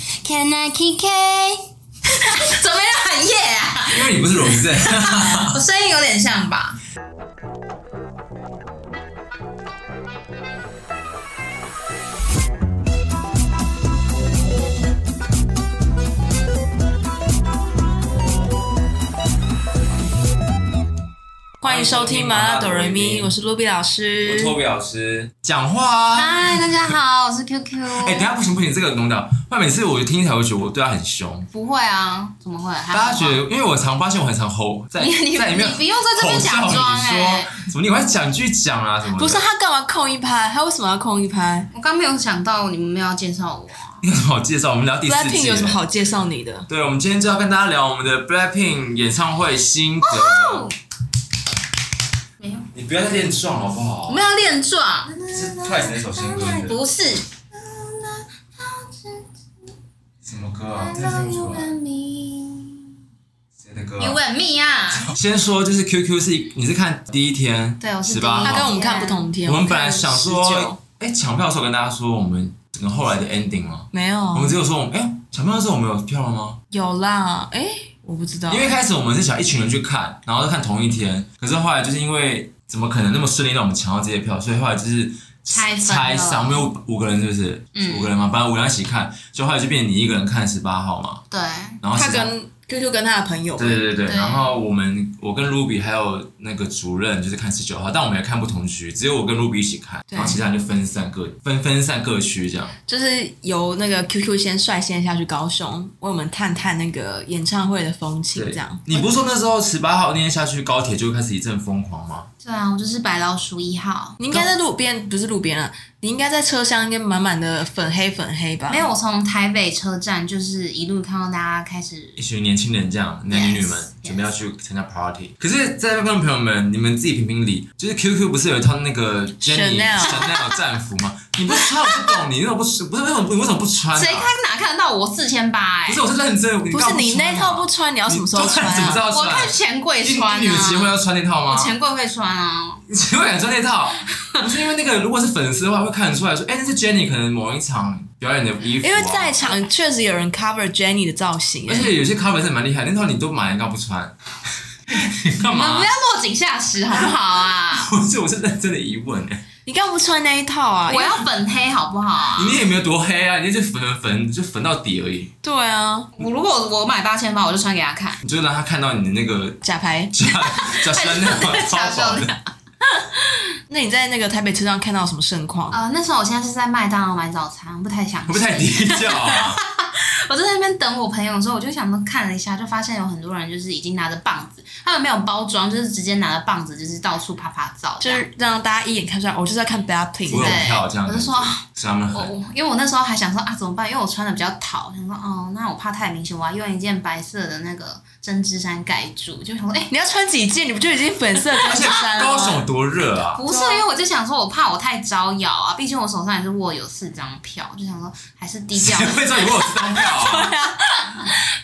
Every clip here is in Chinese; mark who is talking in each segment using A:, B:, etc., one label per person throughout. A: Can I KK？
B: 怎么要喊耶 啊？
C: 因为你不是荣正，
B: 我声音有点像吧？
D: 欢迎收听《麻辣哆瑞咪》，我是露比老
C: 我
D: 师。
C: 托比老师讲话啊！
A: 嗨，大家好，我是 QQ。
C: 哎、等一下不行不行，这个弄到，不然每次我听起来我觉得我对他很凶。
A: 不会啊，怎么会？还好吧
C: 大家觉得，因为我常发现我很常吼在
A: 你 你
C: 在里面
A: 你不用在这
C: 吼
A: 边假
C: 叫你
A: 装
C: 说
A: 哎
C: 什么你快讲句讲啊什么的？
D: 不是他干嘛空一拍？他为什么要空一拍
A: 我刚没有想到你们没有要介绍我，啊
C: 你有什么好介绍？我们聊第四季
D: ？Blackpink
C: 了
D: 有什么好介绍你的？
C: 对，我们今天就要跟大家聊我们的 Blackpink 演唱会心得。
A: 没有，
C: 你不要再练壮好不好
A: 我？们要练壮，
C: 是 Twice 那首新歌是不是
A: 不是
C: 什么歌啊？太清楚了。谁的歌啊
A: You and me 啊。
C: 先说就是 QQ 是你是看第一天，
A: 对我是
C: 十八
A: 第一
C: 号
D: 他跟我们看不同天。
C: 我们本来想
D: 看19
C: 说，哎、抢票的时候跟大家说我们整个后来的 ending 吗？
D: 没
C: 我们
D: 有，
C: 只有说我们，哎、抢票的时候我们有票了吗？
D: 有啦。哎，我不知道
C: 因。为一开始我们是想一群人去看，然后都看同一天，可是后来就是因为怎么可能那么顺利让我们抢到这些票，所以后来就是
A: 拆分了
C: 拆散，我们有五个人是不是？
A: 嗯
C: 五个人嘛，本来五个人一起看，就后来就变成你一个人看十八号嘛，
A: 对，
C: 然后
D: 他
C: 其他
D: 跟 QQ 跟他的朋友。
C: 对对对对，
A: 对
C: 然后我们我跟 Ruby 还有那个主任就是看十九号，但我们也看不同区，只有我跟 Ruby 一起看，
D: 对
C: 然后其他人就分散各分分散各区这样。
D: 就是由那个 QQ 先率先下去高雄，为我们探探那个演唱会的风情，
C: 对
D: 这样。
C: 你不是说那时候十八号那天下去高铁就开始一阵疯狂吗？
A: 对啊，我就是白老鼠一号。
D: 你应该在路边，不是路边啊，你应该在车厢跟满满的粉黑粉黑吧？
A: 没有，我从台北车站就是一路看到大家开始
C: 一群年轻人这样，男女女
A: Yes，
C: 们
A: yes
C: 准备要去参加 party。可是，在观众朋友们，你们自己评评理，就是 QQ 不是有一套那个 Jenny
D: Chanel
C: Chanel 战服吗？你不穿我不懂，你为什么不不是为什么你为什么不穿、啊？
A: 谁看哪看得到我四千八哎
C: 不？是，我是认真的。
D: 不是你那套不
C: 穿
D: 穿，你要
C: 啊，
D: 什么时候
C: 你对
D: 穿
C: 什么时
D: 啊？
C: 候
A: 我
C: 穿？
A: 看钱柜穿啊，
C: 你你们结婚要穿那套吗
A: 我？钱柜会穿啊，
C: 你结婚也穿那套？不是因为那个，如果是粉丝的话，会看得出来说，哎、那是 Jenny 可能某一场表演的衣服、啊。
D: 因为在场确实有人 cover Jenny 的造型
C: 而，且有些 cover 是蛮厉害，那套你都买，你干嘛 不穿？你干
A: 你们
C: 嘛
A: 不要？落井下石好不好啊？
C: 不是，我是认真的疑问哎、
D: 你干嘛不穿那一套啊？
A: 我要粉黑好不好啊？
C: 你也没有多黑啊，你就粉粉粉，就粉到底而已。
D: 对啊，
A: 我如果我买八千八，我就穿给他看。
C: 你就让他看到你的那个
D: 假牌。
C: 假假香奈儿超薄
A: 假香
C: 的，
D: 那你在那个台北车上看到什么盛况？
C: 啊
A: 呃，那时候我现在是在麦当劳买早餐，不太想吃。
C: 会不会太低调 啊？
A: 我就在那边等我朋友的时候，我就想说看了一下，就发现有很多人就是已经拿着棒子，他们没有包装，就是直接拿着棒子，就是到处啪啪照这
D: 就
A: 样。
D: 是让大家一眼看出来，我哦就是在看 Blackpink
C: 我有
D: 的。
C: 票这样
A: 我
C: 子
A: 就说，啊
C: 是他们
A: 我
C: 很
A: 我因为我那时候还想说啊怎么办，因为我穿的比较讨，想说哦，那我怕太明显，我要用一件白色的那个针织衫盖住，就想说哎、
D: 你要穿几件？你不就已经粉色跟
C: 而且
A: 啊
D: 衫
C: 高
D: 了吗？
C: 手多热啊！
A: 不是，
D: 对啊
A: 因为我就想说，我怕我太招摇啊，毕竟我手上也是握有四张票，就想说还是低
C: 谁
A: 调。
C: 会知道你会有这张票啊？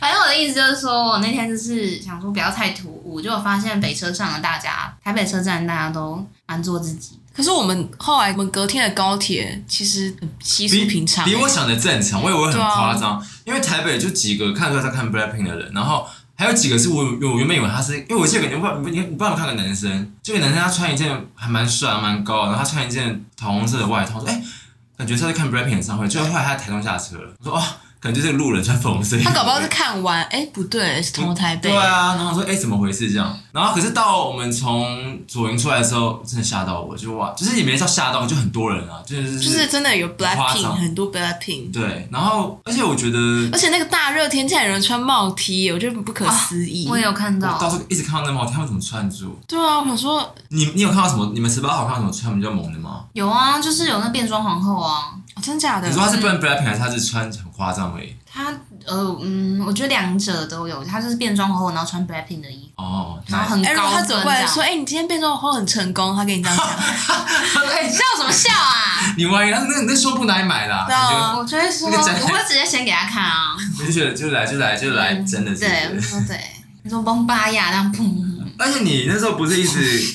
A: 反正我的意思就是说，我那天就是想说不要太突兀，结果发现北车上的大家，台北车站大家都蛮做自己。
D: 可是我们后来，我们隔天的高铁其实很稀疏平常、欸
C: 比我想的正常，我以为很
D: 对啊
C: 夸张，因为台北就几个看出来在看 Blackpink 的人，然后。还有几个是我我原本以为他是，因为我记得你不你你不知道有没有看个男生，这个男生他穿一件还蛮帅啊蛮高的，然后他穿一件桃红色的外套，我说哎、感觉是在看 Blackpink 演唱会，结果后来他在台中下车了，我说哦，感觉这个路人穿粉红色衣服，
D: 他搞不好是看完，哎、不对，是同台北。
C: 对啊，然后说哎、怎么回事这样，然后可是到我们从左营出来的时候，真的吓到我，就哇，就是也没到吓到，就很多人啊，就是
D: 就是真的有
C: 夸
D: Blackpink，
C: 张
D: 很多 Blackpink，
C: 对，然后而且我觉得
D: 而且那个大热天竟然有人穿帽 T，我觉得很不可思议。
A: 我也有看
C: 啊我到
A: 到，
C: 时候一直看到那帽 T，他们怎么穿住？
D: 对啊，我想说，
C: 你你有看到什么？你们十八号看到什么穿比较猛的吗？
A: 有啊，就是有那变装皇后啊，
D: 哦真假的？
C: 你说他是扮 Blackpink 还是他是穿很夸张而已？
A: 她呃嗯，我觉得两者都有，她就是变装皇后，然后穿 Blackpink 的衣服，
C: 哦，
A: 然后很
D: 哎，如果
A: 高
D: 他
A: 跟
D: 走
A: 这
D: 过来
A: 样。
D: 说，哎、你今天变装皇后很成功，他跟你这 样讲，
A: 哎笑什么笑啊？
C: 你万一他那那胸部哪里买的、
D: 对啊
C: 啊？
A: 我就会说，
C: 那个展
A: 我会直接先给他看啊。
C: 你就你就觉得就来就来就来，真的是。
A: 对，我就说对，你说崩巴呀，这样砰。
C: 而且你那时候不是一直，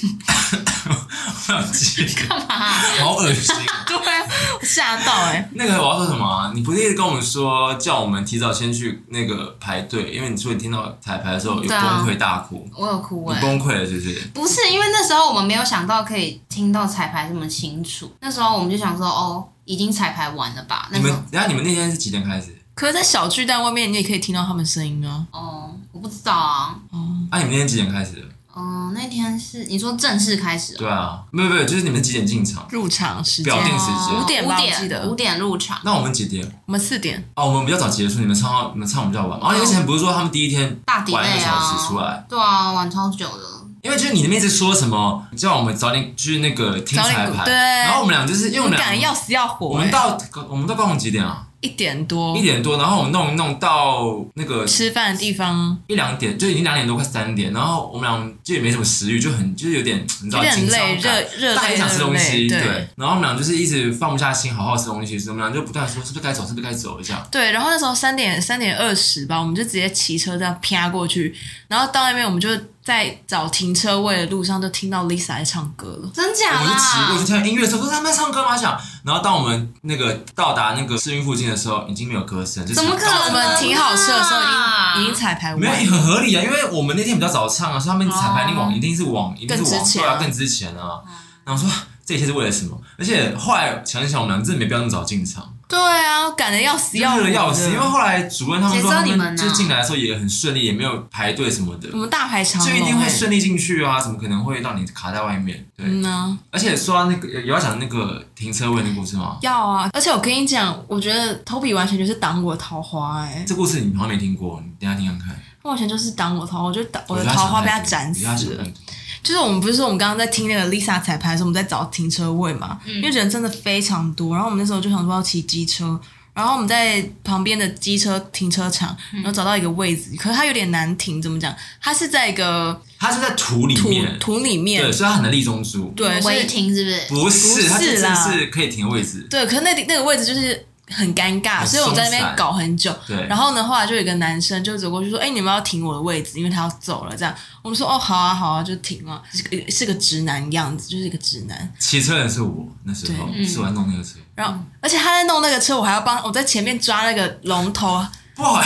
C: 跳机，
A: 干嘛？
C: 好恶心。
D: 对啊，我吓到哎、
C: 那个我要说什么啊、你不是一直跟我们说叫我们提早先去那个排队，因为你说你听到彩排的时候有崩
A: 对啊
C: 溃大哭，
A: 我有哭哎、
C: 你崩溃了是不是？
A: 不是因为那时候我们没有想到可以听到彩排这么清楚，那时候我们就想说哦，已经彩排完了吧？那
C: 你
A: 时
C: 们
A: 候，
C: 然后你们那天是几点开始？
D: 可是，在小巨蛋外面，你也可以听到他们声音啊。
A: 哦，我不知道啊。
D: 哦，
C: 啊，你们那天几点开始的？
A: 嗯，那天是你说正式开始哦
C: 对啊，没有没有，就是你们几点进场？
D: 入场时间
C: 表定时间
A: 哦
D: 五点吧
A: 五
D: 我记
A: 点
D: 得
A: 五点入场。
C: 那我们几点？
D: 我们四点，
C: 哦，我们比较早结束，你们唱到你们唱比较晚。然后你们之前不是说他们第一天
A: 大底
C: 晚一个
A: 内
C: 小
A: 啊
C: 时出来，
A: 对啊，玩超久了。
C: 因为就是你那边一直说什么叫我们早点去那个听
D: 早点
C: 彩
D: 过
C: 排，
D: 对
C: 然后我们俩就是因为
D: 我
C: 我们
D: 们
C: 俩
D: 赶得要死要活、欸，
C: 我们到我们到高雄几点啊？
D: 一点多
C: 一点多，然后我们弄弄到那个
D: 吃饭的地方，
C: 一两点，就已经两点多快三点，然后我们俩就也没什么食欲，就很就是有点你知
D: 有
C: 道
D: 点
C: 紧张
D: 累，热
C: 感。
D: 热
C: 大家
D: 累，
C: 也想吃
D: 热
C: 东
D: 累
C: 西，对
D: 对。
C: 然后我们俩就是一直放不下心，好好吃东西，所以我们俩就不断说是不是该走，是不是该走一下。
D: 对，然后那时候三点三点二十吧，我们就直接骑车这样啪过去，然后到那边我们就在找停车位的路上就听到 Lisa 在唱歌了。
A: 真假啦？
C: 我们就骑过去听到音乐的时候，说他们在唱歌吗？想，然后当我们那个到达那个市运附近的时候，已经没有歌声，就
A: 怎么
C: 唱
A: 可能啊
D: 我们停好车的时候已经已经彩排完，
C: 没有，很合理啊，因为我们那天比较早唱啊，所以他们彩排那个网
A: 哦
C: 一定是网，一定是
D: 更
C: 网
D: 之前
C: 对啊，更之前啊。然后我说这一切是为了什么？而且后来想一想，我们俩真的没必要那么早进场，
D: 对啊，赶得要死
C: 热
D: 要活
C: 的
D: 的
C: 要死。因为后来主任他们
A: 谁
C: 说
A: 知道
C: 他
A: 你们啊
C: 们就进来的时候也很顺利，也没有排队什么的
D: 我。们大排长
C: 就
D: 龙、
C: 一定会
D: 欸
C: 顺利进去啊，怎么可能会让你卡在外面？对，
D: 嗯呢、
C: 而且说到那个，有要讲那个停车位那故事吗？
D: 要啊！而且我跟你讲，我觉得 Toby 完全就是挡我桃花哎、
C: 这故事你好像没听过，你等一下听看看。
D: 他完全就是挡我桃花，我就挡我的
C: 觉得
D: 桃花被他
C: 想太多我
D: 斩
C: 觉得他
D: 死
C: 想
D: 了
C: 太。多
D: 就是我们不是说我们刚刚在听那个 Lisa 彩排的时候，我们在找停车位嘛，
C: 嗯
D: 因为人真的非常多。然后我们那时候就想说要骑机车，然后我们在旁边的机车停车场，
C: 嗯
D: 然后找到一个位置，可是它有点难停，怎么讲？它是在一个
C: 他是在土里
D: 土
C: 面，
D: 土里面
C: 对，，所以他很能立中柱。
D: 对，所以
A: 违停是不是？
C: 不是，它
D: 不是
C: 真
D: 啦
C: 的是可以停的位置。
D: 对，可是那里那个位置就是很尴尬，
C: 很
D: 所以我在那
C: 松散
D: 边搞很久。
C: 对
D: 然后呢，后来就有一个男生就走过去说：“哎、你们要停我的位置，因为他要走了。”这样，我们说：“哦，好啊，好啊，就停了。”是个是个直男样子，就是一个直男。
C: 骑车的人是我，那时候
A: 对
D: 嗯
C: 是我在弄那个车，
D: 然后，而且他在弄那个车，我还要帮我在前面抓那个龙头，啊
C: 不好。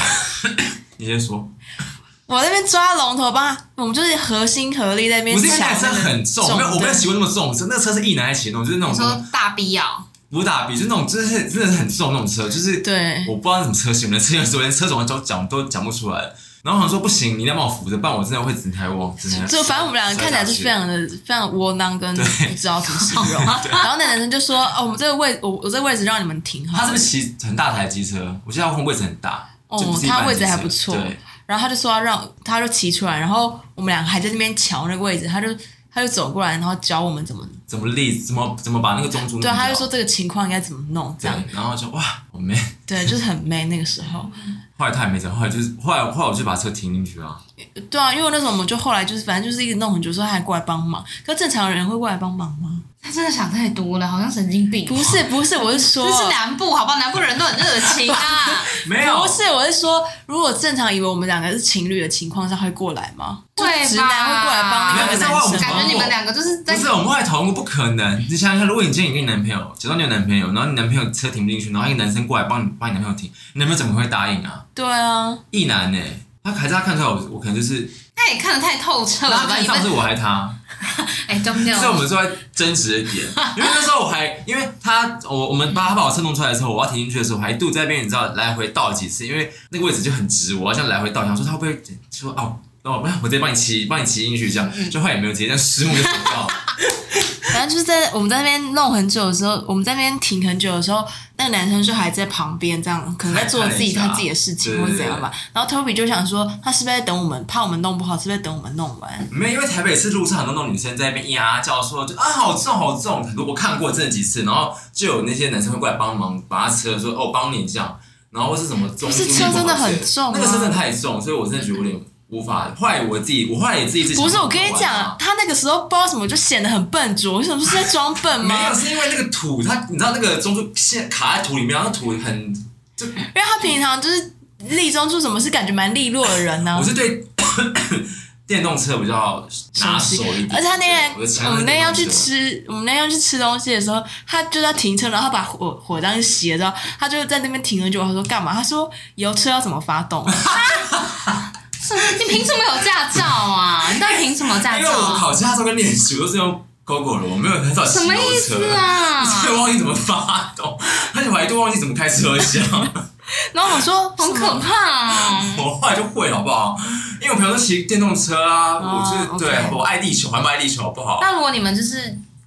C: 你先说，
D: 我在那边抓龙头帮他，我们就是合心合力在那边
C: 不是因为
D: 抢
C: 那台
D: 那个
C: 车
D: 重。
C: 很重，没有我没有
D: 对
C: 骑过那么重的车，那个车是一男一起弄，就是那
A: 你
C: 种
A: 说大啊必要？
C: 不打比，就是那种真的是真的是很重那种车，就是
D: 对
C: 我不知道是什么车型，我连车型我连车种都讲都讲不出来。然后我想说不行，你一定要帮我扶着，不然我真的会整台往整台。
D: 就反正我们两个看起来就是非常的非常窝囊跟不知道怎么形容，啊 然后那男生就说：“哦，我们这个位，我我这个位置让你们停好了。”
C: 他是不是骑很大台机车？我记得他位置很大，
D: 哦
C: 就不是一般
D: 他位
C: 机
D: 置还
C: 车
D: 不错
C: 对，
D: 然后他就说要让，他就骑出来，然后我们两个还在那边瞧那个位置，他就他就走过来，然后教我们怎么，
A: 嗯
C: 怎么立，怎么怎么把那个中柱弄
D: 对，啊他就
C: 掉
D: 说这个情况应该怎么弄，这样，
C: 对，然后就哇，我没。
D: 对，就是很 man 那个时候，
C: 后来他也没讲，后来就是后来后来我就把车停进去了。
D: 对啊，因为我那时候我们就后来就是反正就是一直弄很久，说他还过来帮忙，可正常人会过来帮忙吗？
A: 他真的想太多了，好像神经病。
D: 不 是不是，我是说
A: 这。是南部，好吧？南部人都很热情啊。
C: 没
D: 不是，我是说，如果正常以为我们两个是情侣的情况下，会过来吗？ 就
A: 会吧
D: 直男会过来帮另外一个
C: 没有可是我
D: 男
C: 们
D: 生
A: 感觉
D: 吗，
A: 你们两个就是
C: 不
A: 在
C: 是，我们后来讨论过，不可能。你想想看，如果你今天你跟你男朋友，假装你有男朋友，然后你男朋友车停不进去，然后一个男生过来帮你帮你男朋友停，你男朋友怎么会答应啊？
D: 对啊，
C: 一男呢、他还是他看出来我，我可能就是，
A: 他也哎看得太透彻
C: 他
A: 了吧？
C: 看
A: 你
C: 上是
A: 们
C: 我还他，
A: 哎， 对不
C: 这是我
A: 对？
C: 们说争执的点。因为那时候我还，因为他我我们把他把我车弄出来的时候，我要停进去的时候，我还一度在那边你知道来回倒几次，因为那个位置就很直，我要这样来回倒，想说他会不会说哦。哦，没有，我直接帮你骑，帮你骑进去，
A: 嗯
C: 这样就后来也没有直接这样失误就走掉了。
D: 反正就是在我们在那边弄很久的时候，我们在那边停很久的时候，那个男生就还在旁边这样，可能在做自己
C: 看一下
D: 他自己的事情或者怎样吧。然后 Toby 就想说，他是不是在等我们，怕我们弄不好，是不是在等我们弄完？
C: 没有，因为台北市路上很多那种女生在那边咿呀叫说，就啊好重好重，很多我看过真的几次，然后就有那些男生会过来帮忙把他车说哦帮你这样，然后或是什么重，
D: 不是
C: 重力
D: 车真的很
C: 什么之类
D: 重啊
C: 那个车真的太重，所以我真的觉得有点无法。后来我自己，我后来也自己自己
D: 不是，我跟你讲，，他那个时候不知道什么就显得很笨拙，我想说是在装笨吗
C: 没？有是因为那个土，它你知道那个中柱现在卡在土里面，然后土很，
D: 因啊为他平常就是立中柱什么是感觉蛮利落的人呢、
C: 我是对。 电动车比较拿手一点。
D: 而且他那天
C: 我的强
D: 我
C: 烈
D: 们那天要去
C: 电动车
D: 吃，我们那天要去吃东西的时候，他就在停车，然后他把火火当时熄了之后，他就在那边停了久。他说干嘛？他说油车要怎么发动？
A: 什么？你凭什么有驾照啊？你到底凭什么有驾
C: 哎因为
A: 照
C: 我
A: 啊？
C: 考驾照跟练习我都是用 GoGo 的，我没有很少
A: 什
C: 骑摩
A: 么
C: 托
A: 意
C: 车，
A: 思啊？
C: 所以忘记怎么发动，而且我还都忘记怎么开车厢，
D: 然后我说
A: 好
D: 什
A: 可
D: 么
A: 怕哦！
C: 我后来就会了好不好？因为我朋友都骑电动车啊，
D: 哦
C: 我就是
D: OK
C: 对我爱地球，还蛮爱地球好不好？
A: 那如果你们就是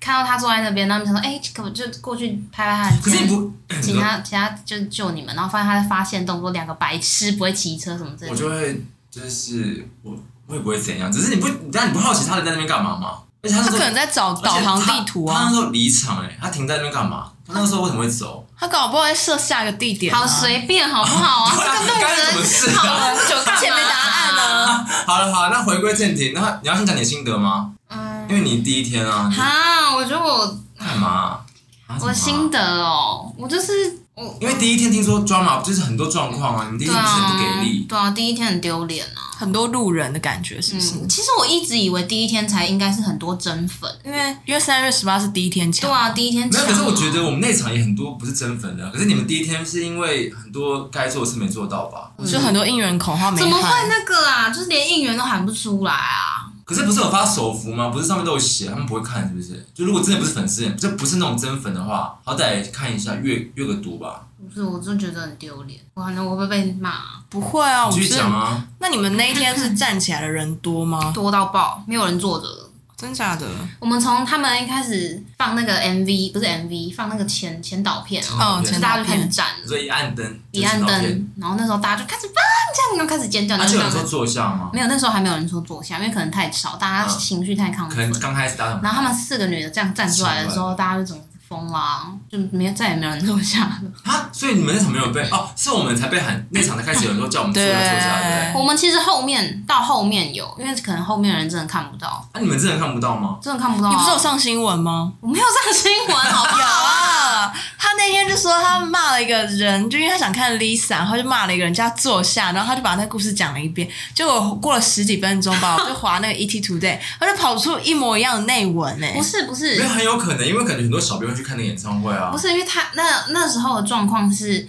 A: 看到他坐在那边，然后你们想说，哎、可不就过去拍拍他的
C: 可是
A: 肩，
C: 你不，哎
A: 请他请他就是救你们，然后发现他在发现动作，两个白痴不会骑车什么之类
C: 我
A: 的。
C: 就会就是我我也不会怎样，只是你不，但你不好奇他人在那边干嘛吗？而且他
D: 他
C: 那时
D: 可
C: 候
D: 能在找导航地图
C: 而且他他
D: 啊
C: 那，时候离场哎、他停在那边干嘛？他那个时候为什么会走？
D: 他搞不好在设下一个地点啊、
A: 好随便好不好 啊？
C: 干干什么事啊？
A: 久
D: 而且没答案
A: 啊
D: 呢、
C: 好了好了，那回归正题，那你要先讲你的心得吗？
A: 嗯，
C: 因为你第一天啊，你
A: 哈，我觉得我
C: 干嘛？啊
A: 我的心，
C: 什么啊
A: 得哦，我就是我
C: 因为第一天听说 drama 就是很多状况啊，你们第一
A: 对
C: 天不是很不
A: 啊
C: 给力，
A: 对啊，第一天很丢脸啊。
D: 很多路人的感觉是不是？
A: 嗯，其实我一直以为第一天才应该是很多真粉，
D: 因为因为三月十八是第一天抢，
A: 对啊，第一天
C: 没有。可是
A: 抢
C: 我觉得我们那场也很多不是真粉的，可是你们第一天是因为很多该做的事没做到吧？嗯
D: 就很多应援口号没
A: 怎么会
D: 喊。
A: 那个啊？就是连应援都喊不出来啊！
C: 可是不是有发手幅吗？不是上面都有写，他们不会看是不是？就如果真的不是粉丝，就不是那种真粉的话，好歹看一下阅阅个读吧。
A: 不是，我真的觉得很丢脸。我可能我会被骂啊
D: 不会啊，我
C: 继
D: 们
C: 续
D: 是
C: 讲啊，
D: 那你们那一天是站起来的人多吗？
A: 多到爆，没有人坐着了。
D: 真假的？
A: 我们从他们一开始放那个 MV，不是 MV，放那个前前导片啊，
D: 哦
C: 对
A: 就
D: 前
A: 大家就开始站了，
C: 所以一按灯，
A: 一按
C: 就是照片，
A: 灯，然后那时候大家就开始啊这样，然后开始尖叫，
C: 而
A: 然后
C: 且
A: 就
C: 啊有
A: 干
C: 人
A: 嘛
C: 说坐下吗？
A: 没有，那时候还没有人说坐下，因为可能太吵，大家
C: 嗯
A: 情绪太亢
C: 可
A: 奋
C: 能。刚开始打什么
A: 然后他们四个女的这样站出来的时候，大家就整个疯了啊，就没有再也没有人坐下了。
C: 啊？所以你们那场没有被哦，是我们才被喊那场才开始有人说叫我们坐下
D: 对
C: 坐下，啊对不对？
A: 我们其实后面到后面有，因为可能后面的人真的看不到，
C: 啊那、你们真的看不到吗？
A: 真的看不到、啊。
D: 你不是有上新闻吗？
A: 我没有上新闻，好不
D: 有
A: 好？
D: 啊，他那天就说他骂了一个人，就因为他想看 Lisa，然后就骂了一个人叫他坐下，然后他就把那故事讲了一遍。结果过了十几分钟吧，我就 划那个 ET Today，他就跑出一模一样的内文欸呢、
A: 不是不是
C: 没有，很有可能，因为感觉很多小编会去看那个演唱会啊。
A: 不是因为他那那时候的状况是，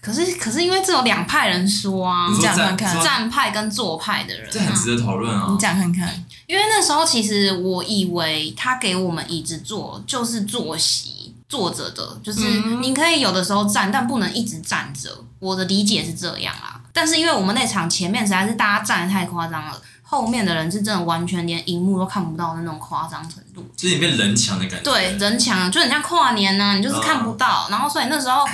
A: 可是可是因为只有两派人说啊
C: 你，说
D: 这样
C: 站
D: 看看
C: 说
A: 站派跟坐派的人、
C: 这很
A: 啊。
C: 值得讨论啊
D: 你。讲看看，
A: 因为那时候其实我以为他给我们椅子坐就是坐席坐着的，就是
D: 嗯
A: 你可以有的时候站，但不能一直站着。我的理解是这样啊，但是因为我们那场前面实在是大家站的太夸张了，后面的人是真的完全连荧幕都看不到的那种夸张程度。
C: 就是你变人墙的感觉。
A: 对，人墙就很像跨年啊呐、你就是看不到。然后所以那时候实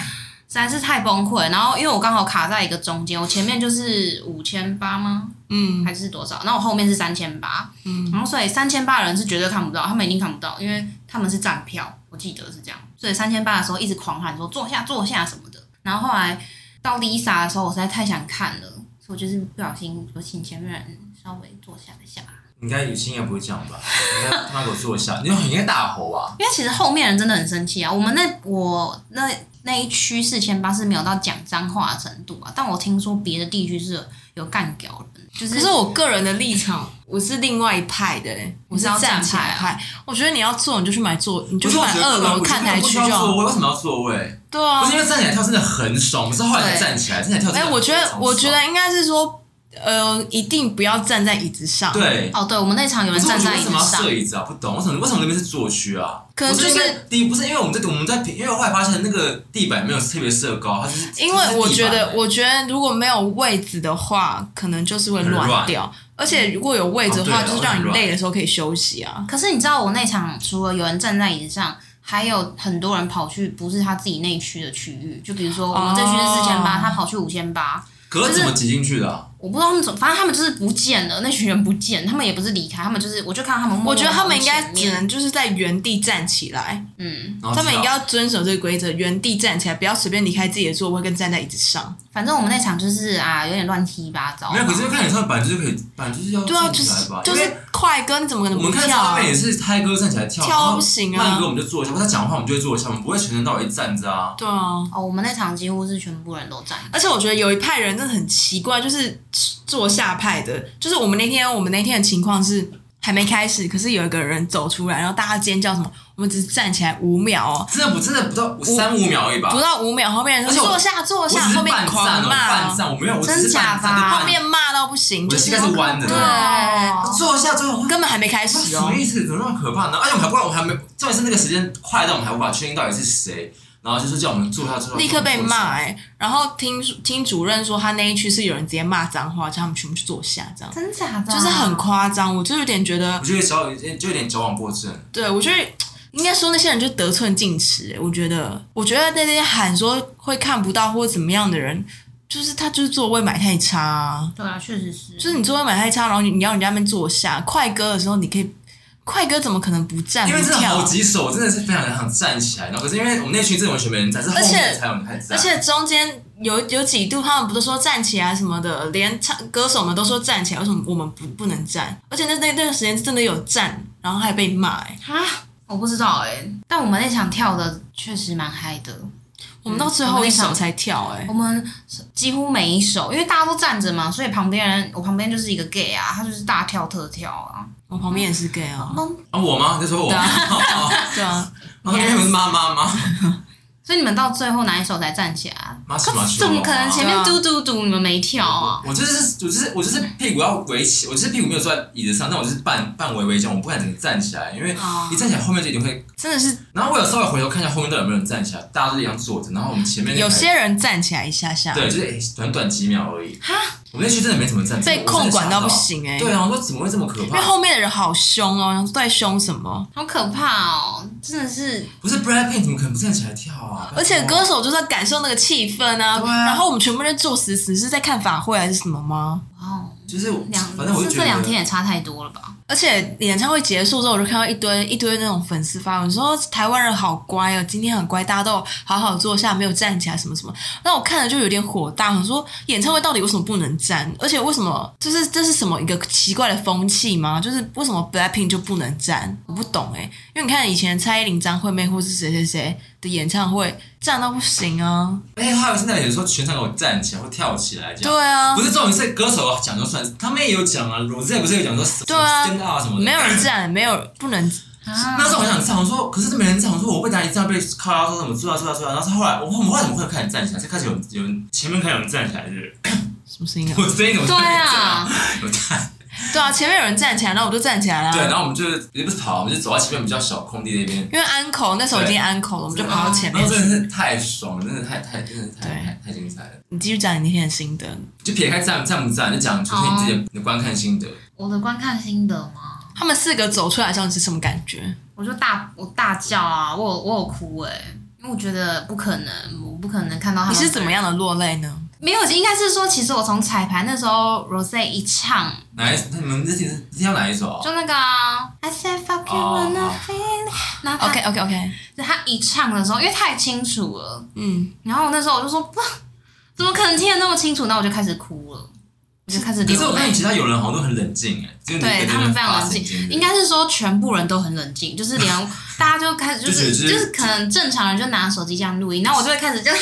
A: 在是太崩溃。然后因为我刚好卡在一个中间，我前面就是五千八吗？
D: 嗯
A: 还是多少？那我后面是三千八。
D: 嗯，
A: 然后所以三千八的人是绝对看不到，他们一定看不到，因为他们是站票，我记得是这样。所以三千八的时候一直狂喊说坐下坐下什么的。然后后来到 Lisa 的时候，我实在太想看了，所以我就是不小心有请前面人稍微坐下一下。
C: 应该雨欣应该不会这样吧？应该他妈给我坐下，你 应该大吼啊！
A: 因为其实后面人真的很生气啊。我们那我那那一区四千八是没有到讲脏话的程度啊，但我听说别的地区是有干屌人，就是
D: 可是我个人的立场，我是另外一派的、欸，我
A: 你
D: 是
A: 是要
D: 站
A: 站
D: 起来
A: 派啊
D: 派。啊我觉得你要坐，你就去买坐，你就
C: 不是，
D: 去
C: 我
D: 买
C: 觉得
D: 二楼看台区就
C: 我觉得不需要座
D: 好。
C: 位，为什么要座位？
D: 对啊
C: 不是，因为站起来跳真的很爽，我是后来才
A: 对
C: 站起来，站起来跳真
D: 哎、
C: 的
D: 我觉
C: 非常
D: 得，
C: 爽
D: 我觉得应该是说，呃，一定不要站在椅子上。，
C: 对。
A: 哦，对我们那场有
C: 可
A: 人
C: 是我
A: 站
C: 觉得
A: 在
C: 为
A: 椅
C: 什
A: 子
C: 么要
A: 上
C: 设，椅子啊？不懂为什么？为什么那边是坐区啊？
D: 可能
C: 不
D: 就是
C: 因为第一不是因为我们在我们在评，因为我后来发现那个地板没有特别设高，它就是
D: 因为我觉
C: 它是地板
D: 得，
C: 欸
D: 我觉得如果没有位置的话，可能就是会
C: 很
D: 乱
C: 乱
D: 掉。而且如果有位置的
C: 哦对
D: 话，
C: 啊
D: 就是让
C: 很
D: 你
C: 乱
D: 累的时候可以休息啊。
A: 可是你知道我那场除了有人站在椅子上。还有很多人跑去不是他自己内区的区域，就比如说我们这区是四千八，
D: 哦
A: 他跑去五千八，
C: 可是怎么挤进去的啊？
A: 我不知道他们怎么，反正他们就是不见了，那群人不见，他们也不是离开，他们就是我就看到他们默默
D: 我觉得他们
A: 跑
D: 应
A: 前
D: 该只
A: 面
D: 能就是在原地站起来，
A: 嗯，
C: 然后
D: 他们应该
C: 知道
D: 要遵守这个规则，原地站起来，不要随便离开自己的座位跟站在椅子
C: 哦
D: 上。
A: 反正我们那场就是啊，有点乱七八糟。啊
C: 没有，可是看演唱会本来就是可以，本来就是要
D: 对啊，
C: 站
D: 就
C: 起来
D: 是
C: 吧。
D: 就
C: 因
D: 是
C: 为
D: 快歌，你怎么可能
C: 我们
D: 不
C: 看
D: 跳
C: 他
D: 啊
C: 们？也是嗨歌站起来跳，
D: 跳
C: 然后
D: 不行啊
C: 慢歌我们就坐一下，他讲话我们就会坐一下，我们不会全程到底站着啊。
D: 对啊，
A: 哦，我们那场几乎是全部人都站。
D: 而且我觉得有一派人真的很奇怪，就是坐下派的，就是我们那天我们那天的情况是还没开始，可是有一个人走出来，然后大家尖叫什么，我们只是站起来五秒哦，
C: 真的不真的不到三五秒而已吧
D: 不。到五秒，后面人
C: 哦而且
D: 说
C: 我
D: 坐下坐
C: 我只
D: 下，
C: 是
D: 后面
C: 半站
D: 狂
C: 哦，
D: 骂
C: 半
D: 哦，
C: 站，我没有，我只
A: 真
C: 是
A: 假
C: 半站，
A: 吧
C: 就
D: 后
C: 半
D: 面骂到不行，
C: 我的
D: 就
C: 膝
D: 是
C: 盖是弯的，
D: 对，
C: 坐下之后，
D: 根本还没开始
C: 什
D: 哦
C: 么，意思？怎么那么可怕呢？而且我们还不知道，我们还没，重点是那个时间快到我们还无法确定到底是谁，然后就是叫我们坐下之后
D: 立刻被骂。哎、然后听听主任说他那一区是有人直接骂脏话，叫他们全部去坐下，这样
A: 真假的啊，
D: 就是很夸张，我就有点觉得
C: 我觉得小雨就有点矫枉过正，
D: 对，我觉得应该说那些人就得寸进尺。欸我觉得，我觉得那些喊说会看不到或怎么样的人，就是他就是座位买太差啊、
A: 对啊，确实是，
D: 就是你座位买太差，然后你你要人家那边坐下。快歌的时候你可以，快歌怎么可能不站
C: 因为
D: 不
C: 真的好
D: 跳？
C: 几首，真的是非常想站起来，然后可是因为我们那群真的完全没人站，是后面才有人开始站，
D: 而且中间有有几度，他们不都说站起来什么的，连唱歌手们都说站起来，为什么我们不不能站？而且那那段时间真的有站，然后还被骂、欸。
A: 啊，我不知道哎、但我们那场跳的确实蛮嗨的，
D: 我们到最后一首才跳、欸，
A: 我们几乎每一首，因为大家都站着嘛，所以旁边人我旁边就是一个 gay 啊，他就是大跳特跳啊，
D: 我旁边也是 gay 哦、
C: 啊我吗？你在说我？
D: 对
C: 然
D: 啊
C: 后
D: 对啊，
C: 那边不是妈妈吗？
A: 所以你们到最后哪一首才站起来啊？
C: 妈什
A: 可
C: 么？
A: 是怎么可能前面嘟嘟嘟你们没跳啊？
C: 我就是我就是我就是屁股要围起，我就是屁股没有坐在椅子上，但我就是半半围围这样，我不敢整个站起来，因为
D: 啊
C: 一站起来后面就一定会。
D: 真的是
C: 然后我有稍微回头看一下后面到底有没有人站起来，大家都一样坐着，然后我们前面那
D: 有
C: 排
D: 些人啊站起来一下下，
C: 对，就是、诶短短几秒而已。我们那区真的没怎么站，
D: 被控管到不行哎、
C: 我真的吓到。对啊，我说怎么会这么可
D: 因为
C: 怕？
D: 后面的人好凶哦，然后在凶什么？
A: 好可怕哦，真的是
C: 不是 Blackpink 怎么可能不站起来跳啊？
D: 而且
C: 拜托
D: 歌手就是要感受那个气氛啊。
C: 对啊
D: 然后我们全部在做死死，是在看法会还是什么吗？
A: 哇哦，
C: 就是我
A: 两
C: 反正我就
A: 这
C: 觉
A: 这
C: 得
A: 两天也差太多了吧？
D: 而且演唱会结束之后，我就看到一堆一堆那种粉丝发文说台湾人好乖哦，今天很乖，大家都有好好坐下，没有站起来什么什么。那我看了就有点火大，我说演唱会到底为什么不能站？而且为什么就是这是什么一个奇怪的风气吗？ 就是为什么 Blackpink 就不能站？我不懂哎、因为你看以前蔡依林、张惠妹或是谁谁谁的演唱会站到不行啊，
C: 哎，还有现在有说全场给我站起来或跳起来这样。
D: 对啊
C: 不，是重点是歌手啊讲就算，他们也有讲啊。我之前不是有讲说什么
D: 对啊
C: stand up 什么的，
D: 没有人站，没有不能
A: 啊
C: 那时候我想站，我说可是没人站，我说我被打一站被靠腰说什么坐啊坐啊坐啊，然后是后来我我们后来怎么会开始站起来？才开始有人有人前面开始有人站起来是
D: 什么声音啊
C: 不是，？我声音怎么
A: 对啊，
C: 有站
D: 对啊，前面有人站起来，然后我就站起来啦。
C: 对，啊然后我们就是也不是跑，我们就走到前面比较小空地那边，
D: 因为安口那时候已经安口了，我们就跑到前
C: 然后
D: 面
A: 哦
D: 去。
C: 真的是太爽了，真的太太真的是太
D: 对
C: 太太精彩了。
D: 你继续讲你那天的心得。
C: 就撇开站站不站，就讲就是你自
D: 哦
C: 己的你的观看心得。
A: 我的观看心得吗？
D: 他们四个走出来的时候你是什么感觉？
A: 我就大我大叫啊，我有我有哭哎、因为我觉得不可能，我不可能看到他
D: 你
A: 们。
D: 是怎么？样的落泪呢？
A: 没有，应该是说，其实我从彩排那时候，Rose 一唱，
C: 哪一那你们这听是听到哪一首啊？
A: 就那个啊、I said fuck you and
C: 哦
A: nothing，那他
D: OK OK OK，
A: 他一唱的时候，因为太清楚了，
D: 嗯，
A: 然后那时候我就说不，怎么可能听得那么清楚？那我就开始哭了，我就开始
C: 可是
A: 流
C: 我看
A: 泪
C: 你。其他有人好像都很冷静哎，只有你
A: 对
C: 一个
A: 他们
C: 人
A: 非常
C: 发
A: 冷
C: 神
A: 静
C: 经的
A: 应该是说全部人都很冷静，就是连大家就开始就
C: 就是觉
A: 就
C: 得
A: 是可能正常人就拿手机这样录音，然后我就会 开始这样，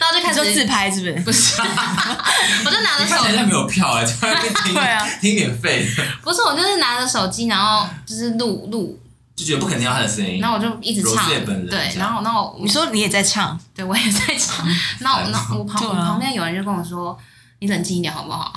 A: 然后就开
D: 你
A: 始
D: 就自拍是不是？不 是，
A: 我就拿着
C: 你
A: 手
C: 看起来像没有票哎，突然被 听
D: 对啊
C: 听免费的，
A: 不是我就是拿着手机，然后就是录录，
C: 就觉得不肯听到他的声音
A: 然。后我就一直唱
C: Rosé 本人，
A: 对，
C: 这样
A: 然后然后我
D: 你说你也在唱，
A: 对我也在唱，
C: 嗯
A: 然后我然后我旁
D: 对啊
A: 我旁边有人就跟我说。你冷静一点好不好？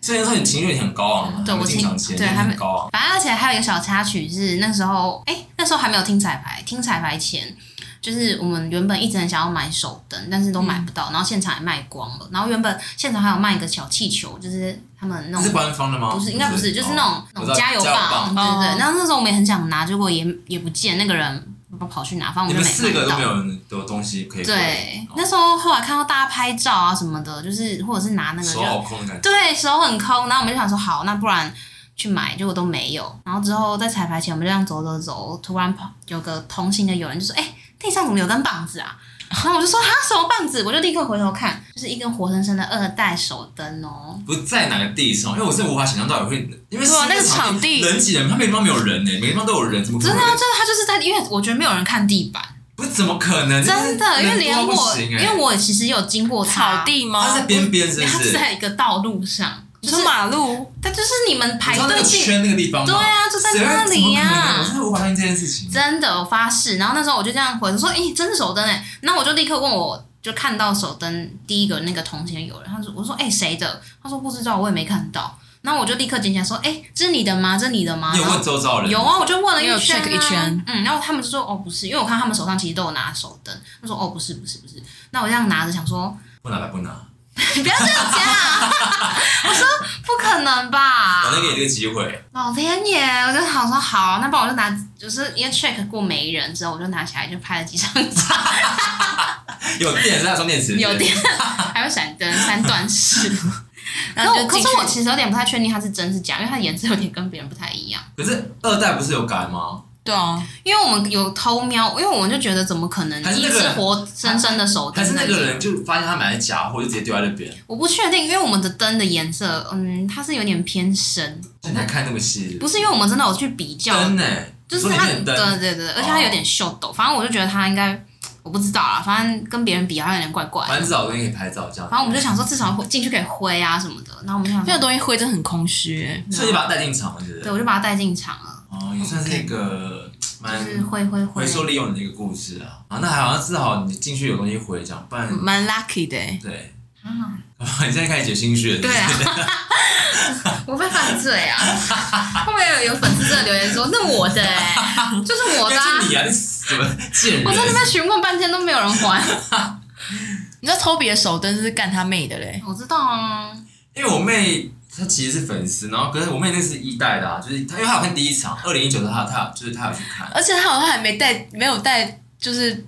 C: 虽然说你情绪很高昂嘛，
A: 对
C: 还没
A: 我
C: 进
A: 情
C: 场前
A: 对
C: 你
A: 还没
C: 很高昂，
A: 反正而且还有一个小插曲是那时候，哎、那时候还没有听彩排，听彩排前，就是我们原本一直很想要买手灯，但是都买不到，然后现场也卖光了。然后原本现场还有卖一个小气球，就是他们那种
C: 这是官方的吗？
A: 不是，应该不是，就是那种
C: 哦
A: 那
C: 我
A: 种
C: 知道
A: 加油棒，对
C: 棒。
A: 对
D: 哦
A: 对。然后那时候我们也很想拿，结果也也不见那个人，不知道跑去哪，反正
C: 你
A: 我们
C: 们
A: 就
C: 四
A: 没
C: 个
A: 买
C: 都
A: 到
C: 没。有人有东西可以回
A: 对，
C: 哦
A: 那时候后来看到大家拍照啊什么的，就是或者是拿那个
C: 手
A: 就
C: 好空的感觉。
A: 对手很空，然后我们就想说好，那不然去买，结果都没有。然后之后在彩排前，我们就这样走走走，突然跑有个同行的友人就说：“哎、地上怎么有根棒子啊？” 然后我就说：“哈，什么棒子？”我就立刻回头看，就是一根活生生的二代手灯哦。
C: 不是在哪个地上，因为我是无法想象到底会，因为
D: 对啊
C: 是一
D: 那个场地
C: 欸人挤人，他每个地方没有人呢，每个地方都有人，怎么可
A: 真
C: 能
A: 的
C: 会
A: 啊，就是他就是在，因为我觉得没有人看地板，
C: 不我怎么可能？
A: 真的，因为连
C: 人多不
A: 我，
C: 行
A: 因
C: 欸
A: 为我其实有经过它
D: 草，地吗？
C: 它在边边，是不
A: 它
C: 是？
A: 是在一个道路上，
D: 你
A: 就是
D: 说马路，
A: 它就是你们
C: 你
A: 排
C: 知道那
A: 队
C: 个
A: 进，
C: 圈那个地方吗？
A: 对啊，就在
C: 谁会
A: 那里呀、
C: 怎么可能我真的无法相信这件事情。
A: 真的，我发誓。然后那时候我就这样回，我说：“诶，真是手灯哎、那我就立刻问我，就看到手灯第一个那个同行有人，他说：“我说诶，谁的？”他说：“不知道，我也没看到。”然后我就立刻捡起来说：“诶，这是你的吗？这是你的吗？”
C: 你有
A: 然后
C: 问周遭人？
A: 有啊，我就问了
D: 你
A: 一
D: 有
A: 圈、啊，
D: check 一圈，
A: 嗯，然后他们就说哦不是，因为我看他们手上其实都有拿手灯，他说哦不是不是不是，那我这样拿着想说，
C: 不拿白不拿，
A: 你不要这样讲，啊 我说不可能吧
C: 我，能给你这个机会。
A: 老天爷，我就想说好，那不然我就拿，就是因为 check 过没人之后，我就拿起来就拍了几张照，
C: 有电是要装电池，
A: 有点还有闪灯三段式，
D: 然
A: 然
D: 后
A: 后
D: 就
A: 我可
D: 进
A: 是
D: 去
A: 我其实有点不太确定它是真是假，因为它的颜色有点跟别人不太一样。
C: 可是二代不是有改吗？
D: 对啊，
A: 因为我们有偷瞄，因为我们就觉得怎么可能
C: 还是
A: 一
C: 那个
A: 只
C: 人
A: 活生生的手
C: 但
A: 灯
C: 是
A: 在
C: 那
A: 这
C: 个
A: 里？
C: 人就发现他买的假货，就直接丢在那边。
A: 我不确定，因为我们的灯的颜色，嗯，它是有点偏深，
C: 你还看那么细？
A: 不是因为我们真的有去比较，
C: 灯呢？
A: 就是
C: 你说
A: 它，
C: 里面
A: 对
C: 的灯，
A: 对对，对而且它有点秀逗，反正我就觉得它应该，我不知道啦，反正跟别人比它有点怪怪的，
C: 反正至少可以拍照这样。
A: 反正我们就想说至少进去可以挥啊什么的，然后我们就想
D: 这
A: 说
D: 个东西灰真的很空虚欸。
C: 所以你把它带进场了，对不
A: 对，
C: 对？
A: 我就把它带进场了，
C: 哦，也算是一个蛮
A: 就是挥挥挥
C: 回，收利用的一个故事啊。啊，那好像至少你进去有东西回，这样，不然
A: 嗯
D: 蛮 lucky 的欸，
C: 对。哦
A: 啊，
C: 你现在开始解心血了，
A: 对 啊，我被犯罪啊！后面有粉丝真的留言说：“那我的哎、就是我
C: 应
A: 的、啊
C: 该。是你啊，你怎么贱人？”
A: 我在那边询问半天都没有人还，
D: 你知道偷别的手灯是干他妹的嘞，
A: 我知道啊，
C: 因为我妹她其实是粉丝，然后可是我妹那是一代的啊，就是她因为她有看第一场，二零一九的她她就是她有去看。
D: 而且他好像还没带，没有带就是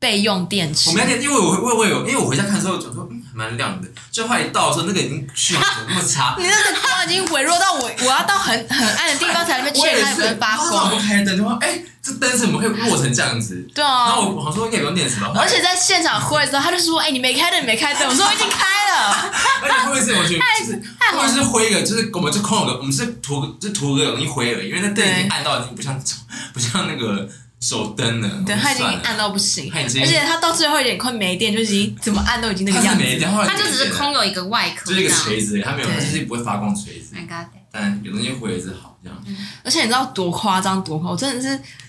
D: 备用电池。
C: 我。没有，因为我我我有，因为我回家看的时候，我说嗯还蛮亮的，就后来一到的时候，那个已经去怎么那么差
D: 你那个光已经微弱到我，我要到很很暗的地方才能被
C: 我也
D: 确它有
C: 是
D: 没有发光。
C: 不开灯就说，哎、这灯怎么会弱成这样子？
D: 对
C: 然
D: 啊，
C: 后我我说应该不用电池吧，
D: 而且在现场挥的时候，他就说：“哎、你没开灯，你没开灯。”我说：“我已经开 了。
C: 而且后面是我觉得就是后面是灰的，就是我们就空了个，我们是涂个就涂个东西灰而已，因为那灯已经暗到已经不像 不像那个手灯了。”
D: 对，他已经
C: 算了
D: 暗到不行，
C: 他已经
D: 而且他到最后一点快没电，就已经怎么按都已经那个
C: 它
D: 样
C: 是
D: 子。
C: 没电，后来
A: 它就只
C: 没
A: 是
C: 电了
A: 空有一个外壳
C: 就
A: 这
C: 是一个
A: 样。，Oh
C: 锤子，它没有，
D: 对
C: 它就是不会发光的锤子。
A: My God！
C: 但有东西回也是好，这样。
D: 而且你知道多夸张多夸张，我真的是，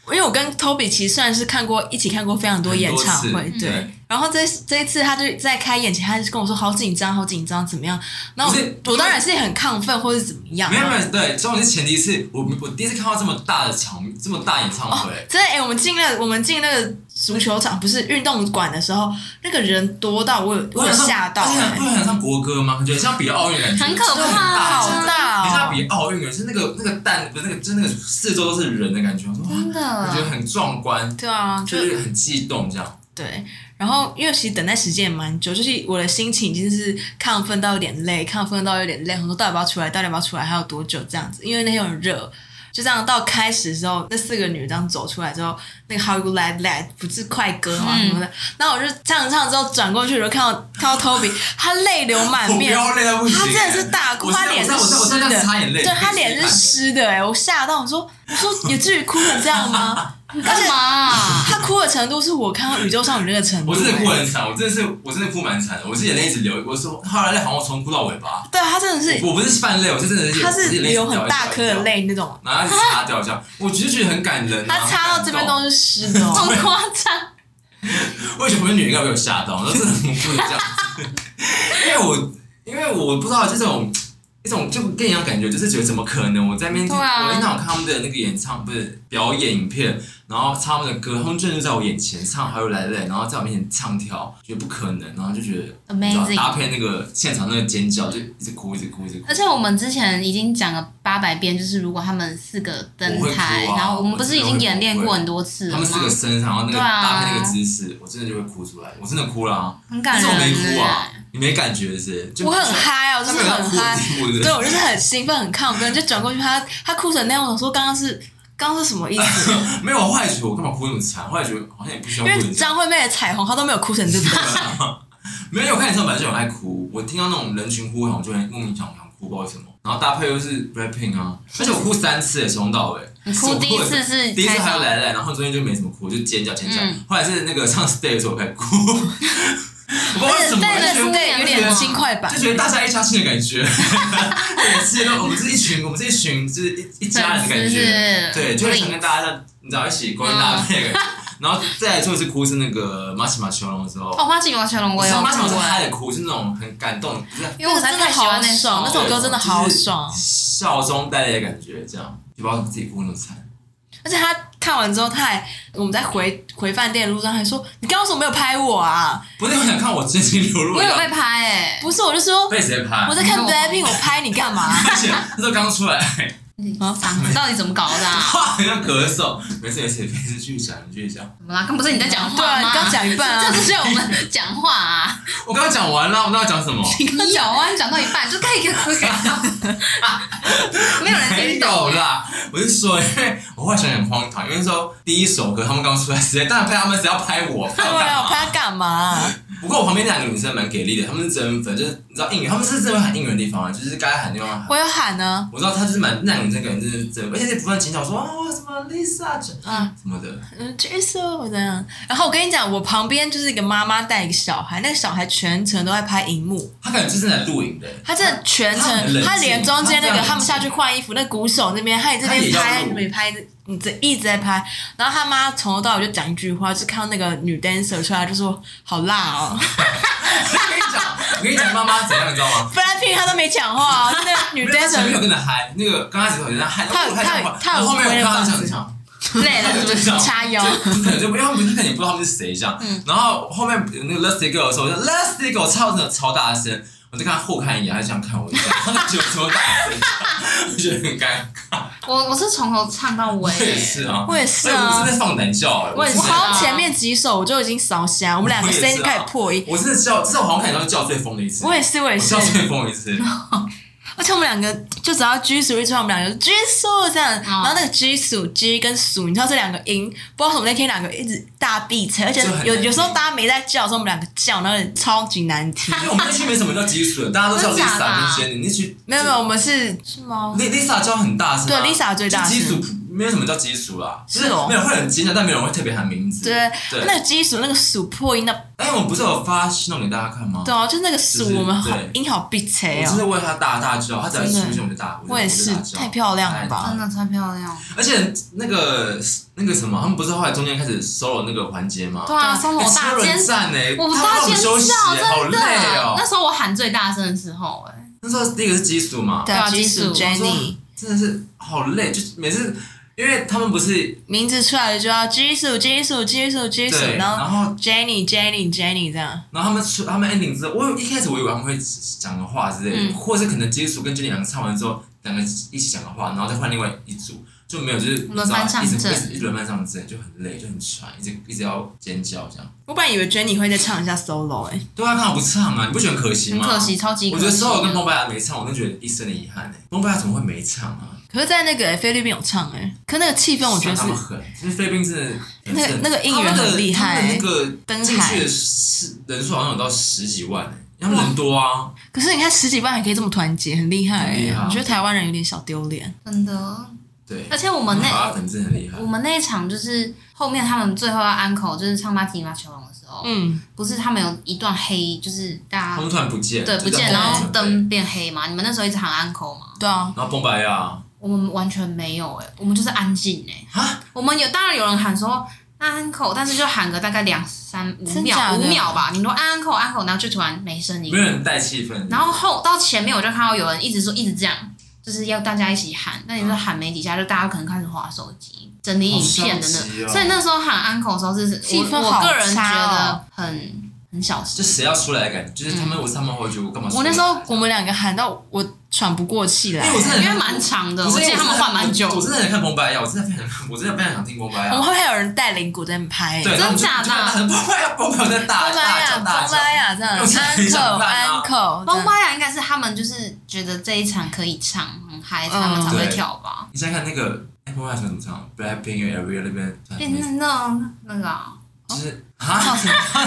D: 因为我跟 Toby 其实算是看过一起看过非常多演唱
C: 很多
D: 会，
C: 次嗯
D: 对。
C: 对
D: 然后这这一次他就在开演前，他就跟我说好紧张，好紧张，怎么样？然后
C: 不是
D: 我我当然是很亢奋或是怎么样、啊。
C: 没有没有，对，重点是前提是我我第一次看到这么大的场，这么大演唱
D: 哦
C: 会，，
D: 真的哎、我们进那我们进那个足球场，不是运动馆的时候，那个人多到我有我有
C: 想上
D: 吓到、
C: 而且
D: 哎
C: 不是很像国歌吗？感觉像比奥运感觉，
A: 很可怕啊
C: 真的
A: 好
C: 很大
D: 大哦
C: 很像比奥运，就是那个那个蛋，不是那个，就是那个四周都是人的感觉，我说哇
A: 真
D: 嗯
C: 我觉得
A: 的，
C: 很壮观，
D: 对啊，就
C: 就是很激动这样。
D: 对。然后因为其实等待时间也蛮久，就是我的心情已经是亢奋到有点累，亢奋到有点累，很多到底要不要出来，到底要不要出来，还有多久这样子？因为那天很热。就这样到开始的时候，那四个女的这样走出来之后，那个 How You Like That 不是快歌嘛
A: 嗯
D: 什么的，然后我就唱唱之后转过去的时候，看到看到 Toby，他泪流满
C: 哦我不
D: 面，
C: 要累到不行，哎
D: 他真的是大哭，
C: 我是
D: 他脸是
C: 我是我是
D: 湿
C: 我是
D: 的，
C: 擦眼泪，
D: 对他脸是
C: 湿。
D: 湿的、哎，我吓到，我说我说也至于哭成这样吗？
A: 你干嘛啊？
D: 他哭的程度是我看到宇宙少女那个程度、
C: 我真的
D: 哎
C: 哭很惨，我真的是我真的哭蛮惨的，我是眼泪一直流，我说后来在喊我从哭到尾巴，
D: 对啊他真的是，
C: 我不是犯泪，我是真的是
D: 他
C: 我
D: 是
C: 眼泪一直
D: 流
C: 掉
D: 很大颗的，泪那种，
C: 一直掉然后他是擦掉这样，我就觉得很感人、啊。
D: 他擦到这边都
C: 西，
D: 是湿的、
A: 这
D: 哦。
A: 么夸张？
C: 我以前我的女儿应该被我吓 到，我说这怎么哭成这样子？因为我因为我不知道这种。一种就跟你一样感觉，就是觉得怎么可能？我在面，
A: 对啊
C: 我经常看他们的那个演唱，不是表演影片，然后唱他们的歌，他们真的就在我眼前唱《还有来泪》，然后在我面前唱跳，觉得不可能，然后就觉得
A: Amazing
C: 搭配那个现场那个尖叫，就一直哭，一直哭，一直哭
A: 而。且我们之前已经讲了八百遍，就是如果他们四个登
C: 我会哭
A: 台，
C: 啊
A: 然后我们不是已经演练过很多次
C: 他
A: 了吗
C: 们？四个身上，然后那个
A: 啊对啊
C: 搭配那个姿势，我真的就会哭出来，我真的哭了啊！
A: 很
C: 但
A: 感
C: 是
A: 人
C: 我
A: 欸。
C: 没哭啊，你没感觉是不是？就
D: 我很，嗨哦，
C: 他
D: 就
C: 没
D: 是
C: 有
D: 很
C: 哭的
D: 嗨，
C: 地步是不
D: 对
C: 是？
D: 我就是很兴奋、很亢奋，就转过去他他哭成那样，我想说刚刚是刚刚是什么 意思？
C: 没有，我后来觉得我干嘛哭那么惨？后来觉得好像也不需要
D: 因
C: 哭
D: 为啊
C: 成这样。
D: 张惠妹的彩虹她都没有哭成这个样子，
C: 没有，因为我看演唱会本来就很爱哭，我听到那种人群呼喊，我就会莫名其妙想哭。哭，不知道为什么。然后搭配又是 Blackpink 啊，而且我哭三次诶，从头到尾。
A: 你哭第一次是
C: 第一次
A: 开
C: 还
A: 场
C: 有来来，然后中间就没怎么哭，就尖叫尖叫。
A: 嗯
C: 后来是那个上 stage 的时候我开始 哭， 我不知道为什么，
A: 对
C: 就觉得
D: 对，有点轻快版
C: 就。觉得大家一家亲的感 觉，我们是，我们是一群，我们是一群，就是一一家人的感觉，对，就会想跟大家你知道一起光明搭配的感
D: 嗯
C: 觉。然后再来最后一次哭是那个马奇马修龙的时候，
A: 哦，花季毛全龙我
C: 我
A: 也
C: 知
A: 有
C: 道马奇马
A: 哭
C: 修龙他
A: 欸，
C: 也哭，是那种很感动，不是
A: 因为我才太喜欢那首
D: 哦那
A: 了
D: 个真的好爽那首歌真的好爽
C: 就是笑中带泪的感觉，这样就不知道怎么自己哭那么惨。
D: 而且他看完之后，他还我们在回回饭店的路上还说：“你刚刚为什么没有拍我啊
C: 不是我想看我真情流露的
A: 我有
C: 样子，
A: 被拍哎、？”
D: 不是，我就说
C: 被谁拍？
D: 我在看
A: 啊你看我
D: Blackpink，我拍你干嘛？
C: 而且 那时候刚出来，
A: 欸，嗓子到底怎么搞的、啊？
C: 哇，像咳嗽。没事没事，没事，继续讲，你继续讲。
A: 怎么啦？刚不 是你在讲话
D: 对啊，
A: 吗？
D: 你刚讲一半 啊
A: 这，就是我们讲话啊！
C: 我刚刚讲完了，我刚刚讲什么？
A: 你有啊，你讲到一半就可以给我 没有人
C: 没
A: 听
C: 有
A: 懂。
C: 啦，我是说，因为我会觉得很荒唐，因为说第一首歌他们刚出来，谁当然拍他们，谁要拍我？
D: 对
C: 拍我干
D: 啊，我
C: 嘛
D: 拍他干嘛？
C: 不过我旁边那两个女生蛮给力的，她们是真粉，就是你知道应援，她们是真的喊应援的地方啊，就是该喊地方喊。
D: 我有喊啊呢，
C: 我知道她就是蛮那两个女生感觉就是真，而且不断请讲说啊什么 Lisa 啊什么的，
D: 嗯，Jason 我这样。然后我跟你讲，我旁边就是一个妈妈带一个小孩，那个小孩全程都在拍荧幕，
C: 她感觉就是在录影的。
D: 他真的全
C: 他很
D: 程，
C: 冷
D: 他
C: 静
D: 连中间那
C: 他非
D: 个
C: 常
D: 他们下去换衣服，那鼓手那边，他也这
C: 他也
D: 边
C: 要
D: 拍，
C: 录
D: 那边拍，你这一直在拍。然后他妈从头到尾就讲一句话，就看到那个女 dancer 出来就说好辣哦
C: 我跟你讲，我跟你讲，妈妈怎样，你知道吗？
D: ，Blackpink 他都没讲话、哦，那个女
C: 他前面有
D: dancer
C: 跟着嗨，那个刚开始有人在嗨，
D: 他有
C: 我太想换
D: 他有
C: 然后后面我看到
D: 他有
C: 想想，
D: 累了是不是
C: 就这样
D: 叉腰？
C: 就可能就因为他们可能也不知道他们是谁这样。
D: 嗯
C: 然后后面那个 Let's Go 的时候，我就 Let's Go 超的超大声，我就看他后看一眼，他就想看我一下， 他觉得多大声，我觉得很尴尬。
A: 我我是从头唱到尾、
C: 我也是啊，
D: 我也是
C: 哎我
D: 啊
C: 真，的放胆叫哎，
D: 我也是。
C: 真
D: 我
C: 的
A: 啊
D: 好像前面几首我就已经扫瞎，我们两个
C: 啊
D: 声音就开始破音。
C: 我真的叫，这是我好像看你到叫最疯的一次，
D: 我也是，我也
C: 我
D: 是
C: 叫，最疯的一次，
D: 而且我们两个就只要 G 数一出来，我们两个就 G 数这样，然后那个 G 数 G 跟数，你知道这两个音，不知道为什么那天两个一直大闭嘴，而且
C: 就很难
D: 有
C: 听
D: 有时候大家没在叫的时候，我们两个叫，然后超级难听。
C: 因为我们那区没什么叫基础的，大家都叫
A: 真假的
C: Lisa
A: 啊
C: 跟 Jennie，那区
D: 没有没有，我们是是吗？
C: Li- Lisa 叫很大声、啊，
D: 对，Lisa 最大声
C: 基础没有什么叫基础啦，就是
D: 哦
C: 没有人会很尖叫，但没有人会特别喊名字。
D: 对，
C: 对，
D: 那个基础那个数破音的，
C: 哎，我们不是有发信动给大家看吗？
D: 对哦，就那个数
C: 就是，
D: 我们好
C: 对
D: 音好闭嘴
C: 我真
D: 哦。
C: 的为他大大叫，他只要一
D: 真的
C: 出现我就大，就
D: 我也是
C: 我就大，叫哎
D: 太漂亮了吧
A: 哦真！的太漂亮。
C: 而且那个那个什么，他们不是后来中间开始 solo 那个环节吗？
A: 对啊，松
C: 哎
A: 我
C: 超
A: 大
C: 有人
A: 尖，
C: 赞哎，
A: 我
C: 他
A: 大
C: 让我
A: 尖
C: 们休息
A: 叫，
C: 哎，好
A: 真
C: 累
A: 的。那
C: 哦。
A: 时候我喊最大声的时候、哎，
C: 那时候第一个是基础嘛，
D: 对啊，
A: 对
D: 基
A: 啊
D: 础
A: 基础
C: 我说
D: Jenny
C: 真的是好累，就每次因为他们不是
D: 名字出来了就要基础基础基础基础，
C: 对，
D: 然
C: 然
D: 后
C: 后
D: Jenny Jenny Jenny 这样。
C: 然后他们出他们 ending 之后，我有一开始我以为他们会讲个话之类的，
D: 嗯
C: 或者是可能结束跟 Jenny 两个唱完之后，两个一起讲个话，然后再换另外一组，就没有就是你知道
A: 轮番上
C: 一直
A: 阵
C: 一直一直轮番上阵就很累就很喘，一直一直要尖叫这样。
D: 我本来以为 Jenny 会再唱一下 solo 哎、
C: 对啊，那我不唱啊，你不觉得很可惜
A: 很
C: 吗？
A: 可惜，。超级可
C: 我
A: 惜。
C: 觉得所有跟崩白亚没唱，我都觉得一生的遗憾哎、欸。崩白亚怎么会没唱啊？
D: 可是，在那个、菲律宾有唱哎、可那个气氛我觉得是
C: 他们很，就是菲律宾真的很
D: 那个
C: 正
D: 那个应
C: 他们
D: 援
C: 的
D: 很厉害
C: 他们那个
D: 登
C: 进
D: 海
C: 去的是人数好像有到十几万哎、他们人多啊，
D: 可是你看十几万还可以这么团结，很厉害
C: 很
D: 哎、
C: 厉害
D: 我觉得台湾人有点小丢脸。
A: 真的，
C: 对，
A: 而且我们那嗯
C: 好啊，粉真的很厉害
A: 我。们那一场就是后面他们最后要安口，就是唱《马吉马球龙》的时候，
D: 嗯，
A: 不是他们有一段黑，就是大
C: 他
A: 家
C: 们突然不见，
A: 对不
C: 就这样
A: 见，然
C: 突
A: 后
C: 然对，
A: 灯变黑嘛。你们那时候一直喊安口嘛，
D: 对啊，
C: 然后崩白啊，
A: 我们完全没有哎、我们就是安静哎、
C: 啊
A: 我们有当然有人喊说。安口，但是就喊个大概两三五
D: 真假
A: 秒，
D: 的嗯
A: 五秒吧。你说安口安口，然后就突然没声音
C: 没。有人带气氛，
A: 然后后到前面我就看到有人一直说一直这样，就是要大家一起喊。那你说喊没几下，就大家可能开始划手机、整理影片等
C: 好消极
A: 等。
C: 哦
A: 所以那时候喊 uncle 的时候是，
D: 气氛
A: 我我
D: 好
A: 个人觉
D: 差
A: 得
D: 哦
A: 很很小
C: 就
A: 声。
C: 谁要出来的感觉，就是他们，我是他们，我觉得我干嘛出来？
D: 我那时候我们两个喊到我喘不过气来
C: 因为，我真的
A: 因
C: 很
A: 为蛮长的，
C: 不是
A: 我记
C: 因为
A: 得他们换蛮久
C: 我。我真的很看崩白啊呀，我真的非常，我真的非常想听崩白
D: 我们
C: 呀。
D: 后面还有人带铃鼓在那边拍、欸，
C: 对，然后我就
A: 真假的啊
C: 就看到很崩白呀，崩白我在大
D: 崩巴
C: 大
D: 呀，
C: 叫
D: 崩
C: 大叫。
D: 巴呀，这样
C: 我真的很想看啊
D: uncle uncle，这
A: 崩
D: 样
A: 巴雅应该是他们就是觉得这一场可以唱很嗨，他
D: 嗯
A: 们才会
C: 对
A: 跳吧。
C: 你想想看那个哎崩白怎么唱？Blackpink Area 那边，
D: 嗯
A: 变成那种那个啊，
C: 就是啊，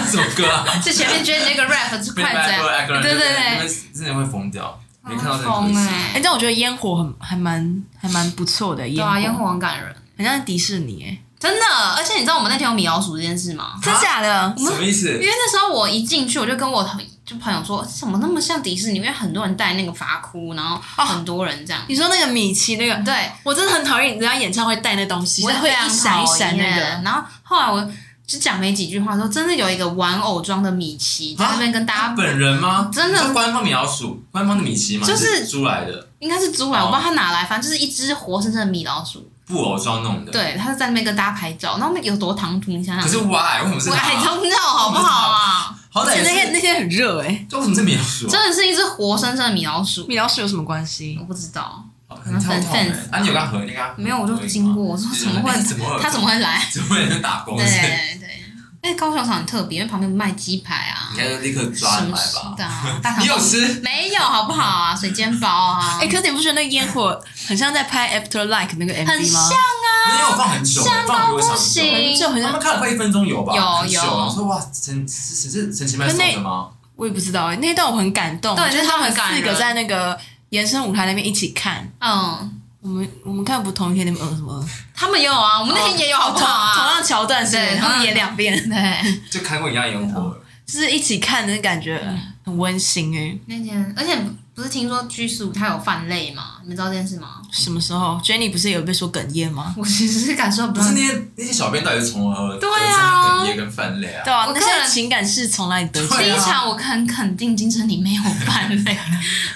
C: 什么歌啊？
A: 这前面觉得那个 rap 是
C: b l
A: 快
C: a
A: 这
C: c
A: 样
C: k，
A: 对对对，
C: 真的会疯掉。没看到任何
A: 疯
C: 事。
A: 哎、
D: 哎、但我觉得烟火很还蛮还蛮不错的，
A: 对
D: 烟火,、
A: 啊，烟火很感人，
D: 很像迪士尼、欸，
A: 真的。而且你知道我们那天有米老鼠这件事
C: 啊
A: 吗？
D: 真假的？
C: 什么意思
A: 因？为那时候我一进去，我就跟我同就朋友说，怎么那么像迪士尼？因为很多人戴那个发箍，然后
D: 哦
A: 很多人这样。
D: 你说那个米奇那个，
A: 对，
D: 我真的很讨厌人家演唱会带那东西，
A: 我
D: 它会
A: 非常
D: 一闪一闪
A: 讨
D: 那
A: 厌
D: 个。
A: 然后后来我就讲没几句话说真的有一个玩偶装的米奇在那边跟大家，
C: 本人吗？
A: 真的
C: 是官方米老鼠，官方的米奇吗？
A: 就是
C: 还租来的
A: 应该是猪来，我不知道他哪来，反正就是一只活生生的米老鼠。
C: 布偶装弄的。。
A: 对，他就在那边跟大家拍照，然后有多唐突，你想想。
C: 可是 why 为什么是
A: 我还
C: 他？
A: don't know 好不好啊？
C: 好
D: 而
C: 歹也
D: 且那天
C: 是，
D: 那天很热哎、欸，
C: 就为什么是米老鼠啊？
A: 真的是一只活生生的米老鼠，
D: 米老鼠有什么关系？
A: 我不知道，
C: 好很跳痛哎
A: fans
C: 啊，你有跟他合？你有跟他合
A: 没有，我就经过，我说怎么会
C: 哎怎么，会
A: 他怎么会来？
C: 怎么会有人打工？
A: 对
C: 是不是
A: 对对，哎，高雄场很特别，因为旁边卖鸡排啊
C: 你应，该就立刻抓
A: 什
C: 你
A: 么
C: 来
A: 什么
C: 吧。
A: 的啊，大肠
C: 你有吃？
A: 没有好不好啊？水煎包啊，
D: 哎、可是你不觉得那个烟火 很像在拍《After Like》那个
A: 很
D: MV 吗？
A: 像
C: 没有放很久，
A: 香
C: 放
A: 到
C: 比我想
A: 不
C: 的久。
A: 行，
D: 就很
C: 他
D: 像
C: 们，看了快一分钟有吧？
A: 有
C: 很久
A: 有
C: 我说哇，陈是是陈其迈送的吗？
D: 我也不知道哎、欸，那一段我很感动，
A: 对
D: 就是他们
A: 那段很感
D: 四
A: 人
D: 个在那个延伸舞台那边一起看。
A: 嗯，
D: 我们我们看不同一天，你们呃什么？
A: 他们也有啊，我们那天也有好不
D: 同
A: 好
D: 同
A: 啊？
D: 样桥段是不是
A: 对
D: 他
A: 同
D: 们
A: 样
D: 演两遍，
A: 对，
C: 就看过一样烟
A: 嗯
C: 火，
D: 就是一起看的感觉很温馨哎、
A: 那天而且不是听说居十五他有犯累吗？你们知道这件事吗？
D: 什么时候？Jenny 不是有被说哽咽吗？
A: 我其实是感受不
C: 不
A: 到
C: 是那些那些小编到底是从何
A: 对啊
C: 得知哽咽跟泛泪啊？
D: 对啊
A: 我，
D: 那
A: 个
D: 些
A: 人
D: 情感是从哪里得
C: 对
A: 第
D: 来
A: 一
C: 啊
D: 的？
A: 场我很肯定金城你没有犯累，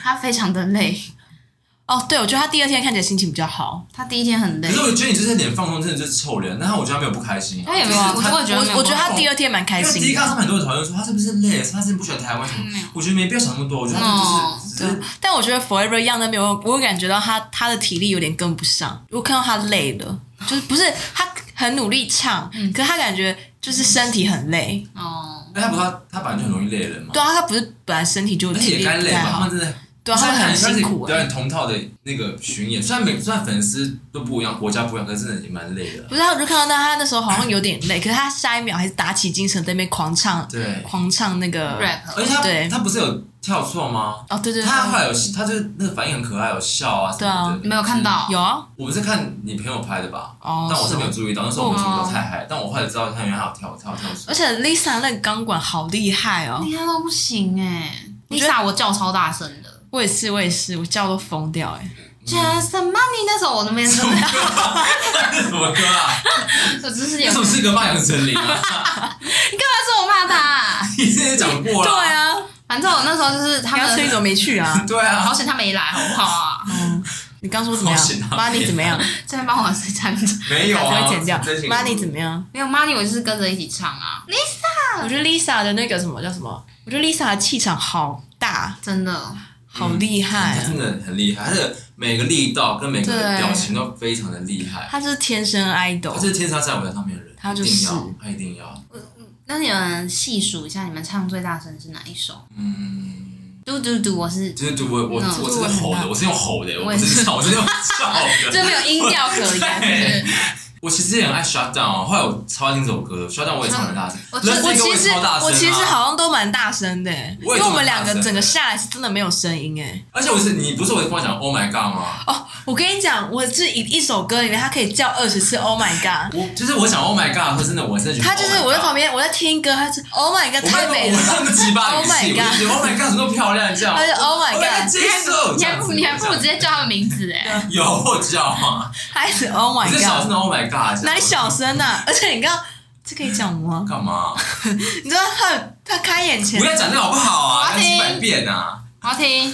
A: 他非常的累，
D: 哦，对，我觉得他第二天看起来心情比较好。
A: 他第一天很累
C: 可是，我觉得你这些脸放松真的就是臭脸，但是我觉得他没有不开心啊。
A: 他也没有
C: 就是
A: 我也觉得没有
D: 我觉得他第二天蛮开
C: 因为
D: 心啊
C: 第一看
D: 的，
C: 上面很多人讨论说他是不是累，他是不是不喜欢台湾什么
A: 没有？
C: 我觉得没必要想那么多，我觉得他就是只
D: 对
C: 是。
D: 但我觉得 Forever Young 那边，我我有感觉到他他的体力有点跟不上，我看到他累了，就是不是他很努力唱，
A: 嗯
D: 可是他感觉就是身体很累。
A: 哦，
C: 哎，他不是他他本来就很容易累人嘛，
D: 对啊，他不是本来身体就
C: 而
D: 体
C: 且
D: 力
C: 也该累吧？他
D: 吗
C: 们？真的
D: 对啊，他们很辛苦
C: 表
D: 哎。
C: 演同套的那个巡演，虽然每虽然粉丝都不一样，国家不一样，可是真的也蛮累的啦。
D: 不是，我就看到他他那时候好像有点累，可是他下一秒还是打起精神在那边狂唱，
C: 对
D: 狂唱那个
A: rap
C: 而且他
D: 哦对
C: 他不是有跳错吗？
D: 哦，对对对，
C: 他后来有他就是那个反应很可爱，有笑啊什么的。
A: 你没有看？到
D: 有啊，
C: 我们是看你朋友拍的吧？
D: 哦，
C: 但我是没有
D: 吗
C: 注意到，那时候我没有注意到
A: 哦
C: 太嗨，但我后来知道他原来还有跳跳跳绳。
D: 而且 Lisa 那个钢管好厉害哦！
A: 厉害到不行哎
D: 我觉得
A: ，Lisa 我叫超大声的。
D: 我也是，我也是，我叫都疯掉哎、
A: 嗯 Just money 那首我那边真的，
C: 那 什 么歌啊？
A: 我只是有，
C: 那首是歌骂杨丞琳
A: 你干
C: 啊？
A: 嘛说我骂他啊？
C: 你之前讲过了。
D: 对啊，
A: 反正我那时候就是他
D: 你
A: 们
D: 要吹怎么没去啊？
C: 对啊，
A: 好险他没来，好不好啊？
D: 你刚说怎么
C: 好险
D: 样？
C: 啊
D: 妈你怎么样？
A: 这边帮我 是站着，
C: 没 有
D: 才
C: 啊，
D: 会剪掉
C: 真。心
D: 妈你怎么样？
A: 没有 money 我就是跟着一起唱啊，
D: 我觉得 Lisa 的那个什么叫什么？我觉得 Lisa 的气场好大，
A: 真的，
D: 好厉害、
C: 他
D: 啊
C: 真。的很厉害，他的每个力道跟每个
A: 对
C: 表情都非常的厉害。
D: 她是天生
C: 他
D: idol，
C: 是天杀在舞台上面的人，
D: 他
C: 一
D: 就是
C: 定要，他一定要。
A: 那你们细数一下，你们唱最大声是哪一首？
C: 嗯，
A: 嘟嘟嘟，我是
C: 就是我我
A: 嗯
C: 我真的吼的，我是用吼的，我
A: 我
C: 不
A: 也是
C: 是唱，我是 用笑的。
A: 这没有音调可 言，是不是？
C: 我其实也很爱 shut down，后来我超爱听这首歌，shut down 我也唱很大声，
A: 我
C: Love Sick
D: 我
C: 也
D: 其实
C: 超大声、啊。
D: 我其实，好像都蛮大声的、欸，因
C: 我也
D: 为
C: 都
D: 我们
C: 蛮大
D: 两
C: 声的
D: 个整个下来是真的没有声音哎、
C: 而且我是你不是我跟我讲 Oh my God 吗？
D: 哦，我跟你讲，我是一一首歌里面，他可以叫二十次 Oh my God。
C: 我就是我讲 Oh my God 的时候，真的我真的觉得
D: 他就是我在旁
C: 边，
D: 边，我在听歌，他是 Oh my God，太美了
C: 我
D: 吧
C: 那么鸡巴语
D: Oh my
C: 气，我就觉得 Oh my God 怎么那么漂亮这样
D: 他就 Oh my
C: Oh my
D: God，
C: God，接受，
A: 你
C: 这
A: 还
C: 样
A: 不
C: 子
A: 你还不如直接叫他们名字哎，
C: 有我知道啊，
D: 他一直 Oh
C: 你
D: my
C: 这小声
D: God，
C: 的 Oh my God，
D: 哪里小声啊呐？而且你刚刚这可以讲吗？
C: 干嘛？
D: 你知道他他开演前
C: 不，要讲这个好不好
A: 我要
C: 啊？讲几
A: 听
C: 百遍啊！
A: 我要听，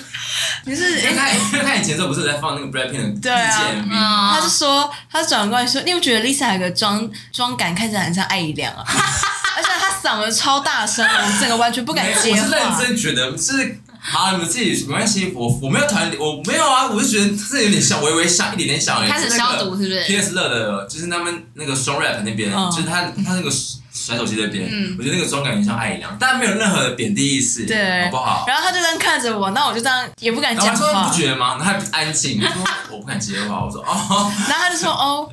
D: 你是
C: 因为他因为他以前的时候不是有在放那个 Blackpink 的
D: 对啊
C: BGM 吗？
A: 嗯，
D: 他就说他转过来说，你有觉得 Lisa 有个妆妆感看起来很像艾怡良 啊？而且他嗓门超大声，我整个完全不敢
C: 没有
D: 接
C: 我是认
D: 话。
C: 真觉得是。好，你们自己没关系，我我没有讨厌，我没有啊，我是觉得这有点像，微微像一点点像而已。
A: 开始消毒是不是
C: P S 乐的，就是他们那个双 rap 那边，
D: 嗯
C: 就是他他那个甩手机那边，我觉得那个妆感很像艾怡良，但没有任何的贬低意思，
D: 对
C: 好不好？
D: 然后他就这样看着我，那我就这样也不敢
C: 然后
D: 讲
C: 他说你
D: 话
C: 不。觉得吗？然后他还安静，我说我不敢接话，我说哦，
D: 然后他就说：“哦，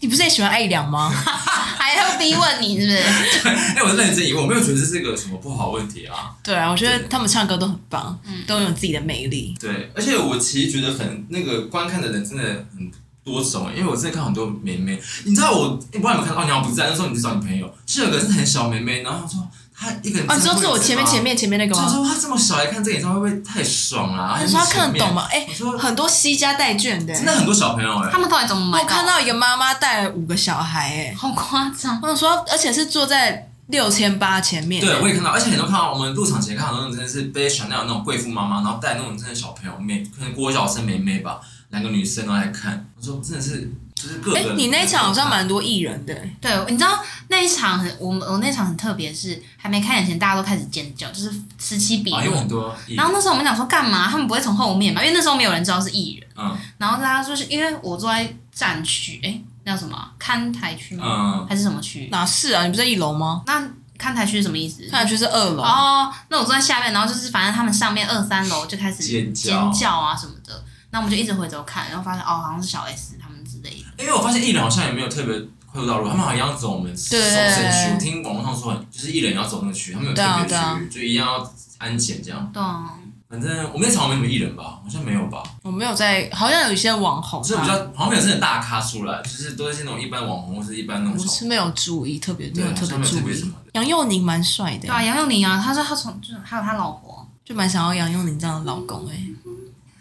D: 你不是也喜欢爱良吗？
A: 还要逼问你是不是？
C: 哎，我是认真疑问，我没有觉得这是一个什么不好的问题啊。
D: 对啊，我觉得他们唱歌都很棒，都有自己的魅力。
C: 对，而且我其实觉得很那个观看的人真的很多种，因为我真的看很多妹妹，你知道我我不知道你们看到哦，你要不在那时候你去找你朋友，是有个是很小妹妹，然后她说她一个人
D: 哦，你说
C: 站
D: 是我
C: 位置
D: 前面
C: 吗
D: 前。面前面那个
C: 就
D: 吗？
C: 说她这么小来看这个演唱会会不会太爽了、啊？
D: 哦你啊说他看得懂吗？哎
C: 我说，
D: 很多惜家带眷的。
C: 真的很多小朋友哎、
A: 他们到底怎么买
D: 我看到一个妈妈带了五个小孩，哎，
A: 好夸张，
D: 我想说，而且是坐在六千八前面。欸
C: 对，我也看到，而且很多看到我们入场前看到那种真的是背 c h a 那种贵妇妈妈，然后带那种真的小朋友妹，可能郭小生妹妹吧，两个女生然后来看，我说真的是就是各个。
D: 哎，你那一场好像蛮多艺人的，哎
A: 对，你知道那一场很，我们我那场很特别，是还没开演前大家都开始尖叫，就是此起彼
C: 啊，有
A: 落
C: 很。多艺人，
A: 然后那时候我们讲说干嘛，他们不会从后面吧？因为那时候没有人知道是艺人。
C: 嗯
A: 然后大家就是因为我坐在站区，哎，那叫什么啊看台区吗？
C: 嗯，
A: 还是什么区？
D: 哪是啊？你不是在一楼吗？
A: 那看台区是什么意思？
D: 看上去是二楼。
A: 哦，那我坐在下面，然后就是反正他们上面二三楼就开始
C: 尖叫
A: 尖叫啊什么的，那我们就一直回头看，然后发现哦好像是小 S 他们之类的。
C: 因为我发现艺人好像也没有特别快速道路，他们好像要走我们熟
D: 对
C: 生区，我听网络上说就是艺人要走那个区，他们有特别
D: 对啊对
C: 区，就一样要安检这样。
A: 对啊，
C: 反正我们那场没什么艺人吧，好像没有吧，
D: 我没有在，好像有一些网红啊
C: 就是比
D: 吧，
C: 较好像没有真的大咖出来，就是都是那种一般网红或是一般那
D: 我
C: 种小
D: 是没有注意，特别没
C: 对，
D: 有
C: 好
D: 特
C: 像没
D: 别
C: 有特
D: 注
C: 别什
D: 意
C: 么。的。
D: 杨佑宁蛮帅的
A: 对，啊，杨佑宁啊，他说他从就是还有他老婆，
D: 就蛮想要杨佑宁这样的老公哎。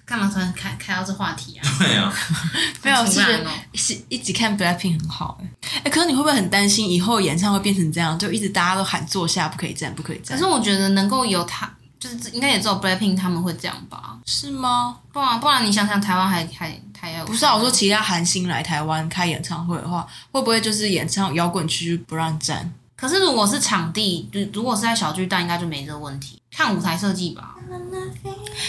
A: 干嘛突然开开到这话题啊？
C: 对啊，
D: 没有，
A: 很突
D: 是
A: 然哦
D: 是一直看 Blackpink 很好哎、哎、可是你会不会很担心以后演唱会变成这样，就一直大家都喊坐下，不可以站，不可以
A: 可
D: 站？
A: 是我觉得能够有他，就是应该也只有 Blackpink 他们会这样吧，
D: 是吗？
A: 不然不然你想想台湾还还还有
D: 不是啊，我说其他韩星来台湾开演唱会的话，会不会就是演唱摇滚区不让站？
A: 可是如果是场地，如如果是在小巨蛋，应该就没这个问题，看舞台设计吧。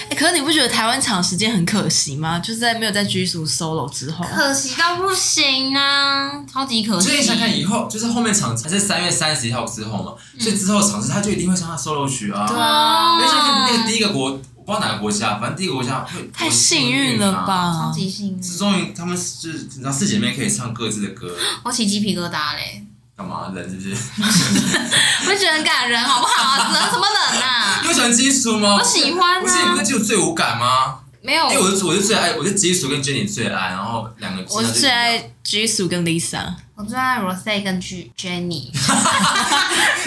D: 哎、可是你不觉得台湾场时间很可惜吗？就是在没有在居宿 solo 之后，
A: 可惜到不行啊，超级可
C: 所以
A: 惜。
C: 你想看以后，就是后面场还是三月三十一号之后嘛，所以之后场次他就一定会上他 solo 曲啊。
D: 对啊
A: 哦
C: 因为像那个第一个国，我不知道哪个国家，反正第一个国家会啊
D: 太幸运了？
A: 超
D: 吧？
A: 级幸运，
C: 是终于他们是，你知道四姐妹可以唱各自的歌，
A: 我起鸡皮疙瘩嘞，
C: 干嘛冷是 不是？
A: 我觉得很感人，好不好？冷什么冷啊？
C: 你有喜欢基础吗？
A: 我喜欢
C: 不是你不
A: 啊
C: 是，就最无感吗？
A: 没有
D: 哦
C: 因为，哎我是我是最爱，我是基础跟 Jenny 最爱，然后两个
D: 我是最爱居宿跟 Lisa，
A: 我最爱 Rose 跟 J- Jenny，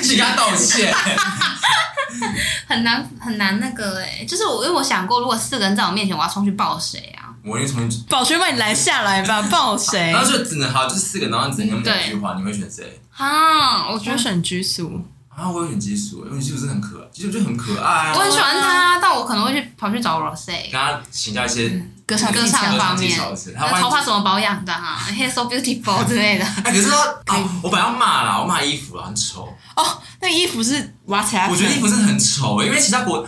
C: 去给他道 歉，
A: 很难很难那个哎、就是我因为我想过，如果四个人在我面前，我要冲去抱谁啊？
C: 我一定重新，
D: 宝学把你拦下来吧，抱谁
C: 然？后就只能好就是四个，然后只能跟
A: 嗯
C: 两句话，你会选谁？
A: 啊，我觉
D: 我
A: 得
D: 选居宿，
C: 啊，我有点激素，因为激素真的很可爱，激素就很可爱啊。
A: 我很喜欢他，但我可能会去跑去找 Rose。
C: 跟他请教一些
D: 歌唱
A: 嗯歌
D: 技
A: 唱
D: 巧
C: 歌
A: 方
C: 唱啊技
A: 面
C: 巧的事，他
A: 那
C: 万一
A: 头发怎么保养的啊？Hair so beautiful 之类的。
C: 哎，可是他啊，我本来要骂啦，我骂衣服啦，很丑。
D: 哦，那个衣服是挖起来，
C: 我觉得衣服真的很丑、欸因为其他国，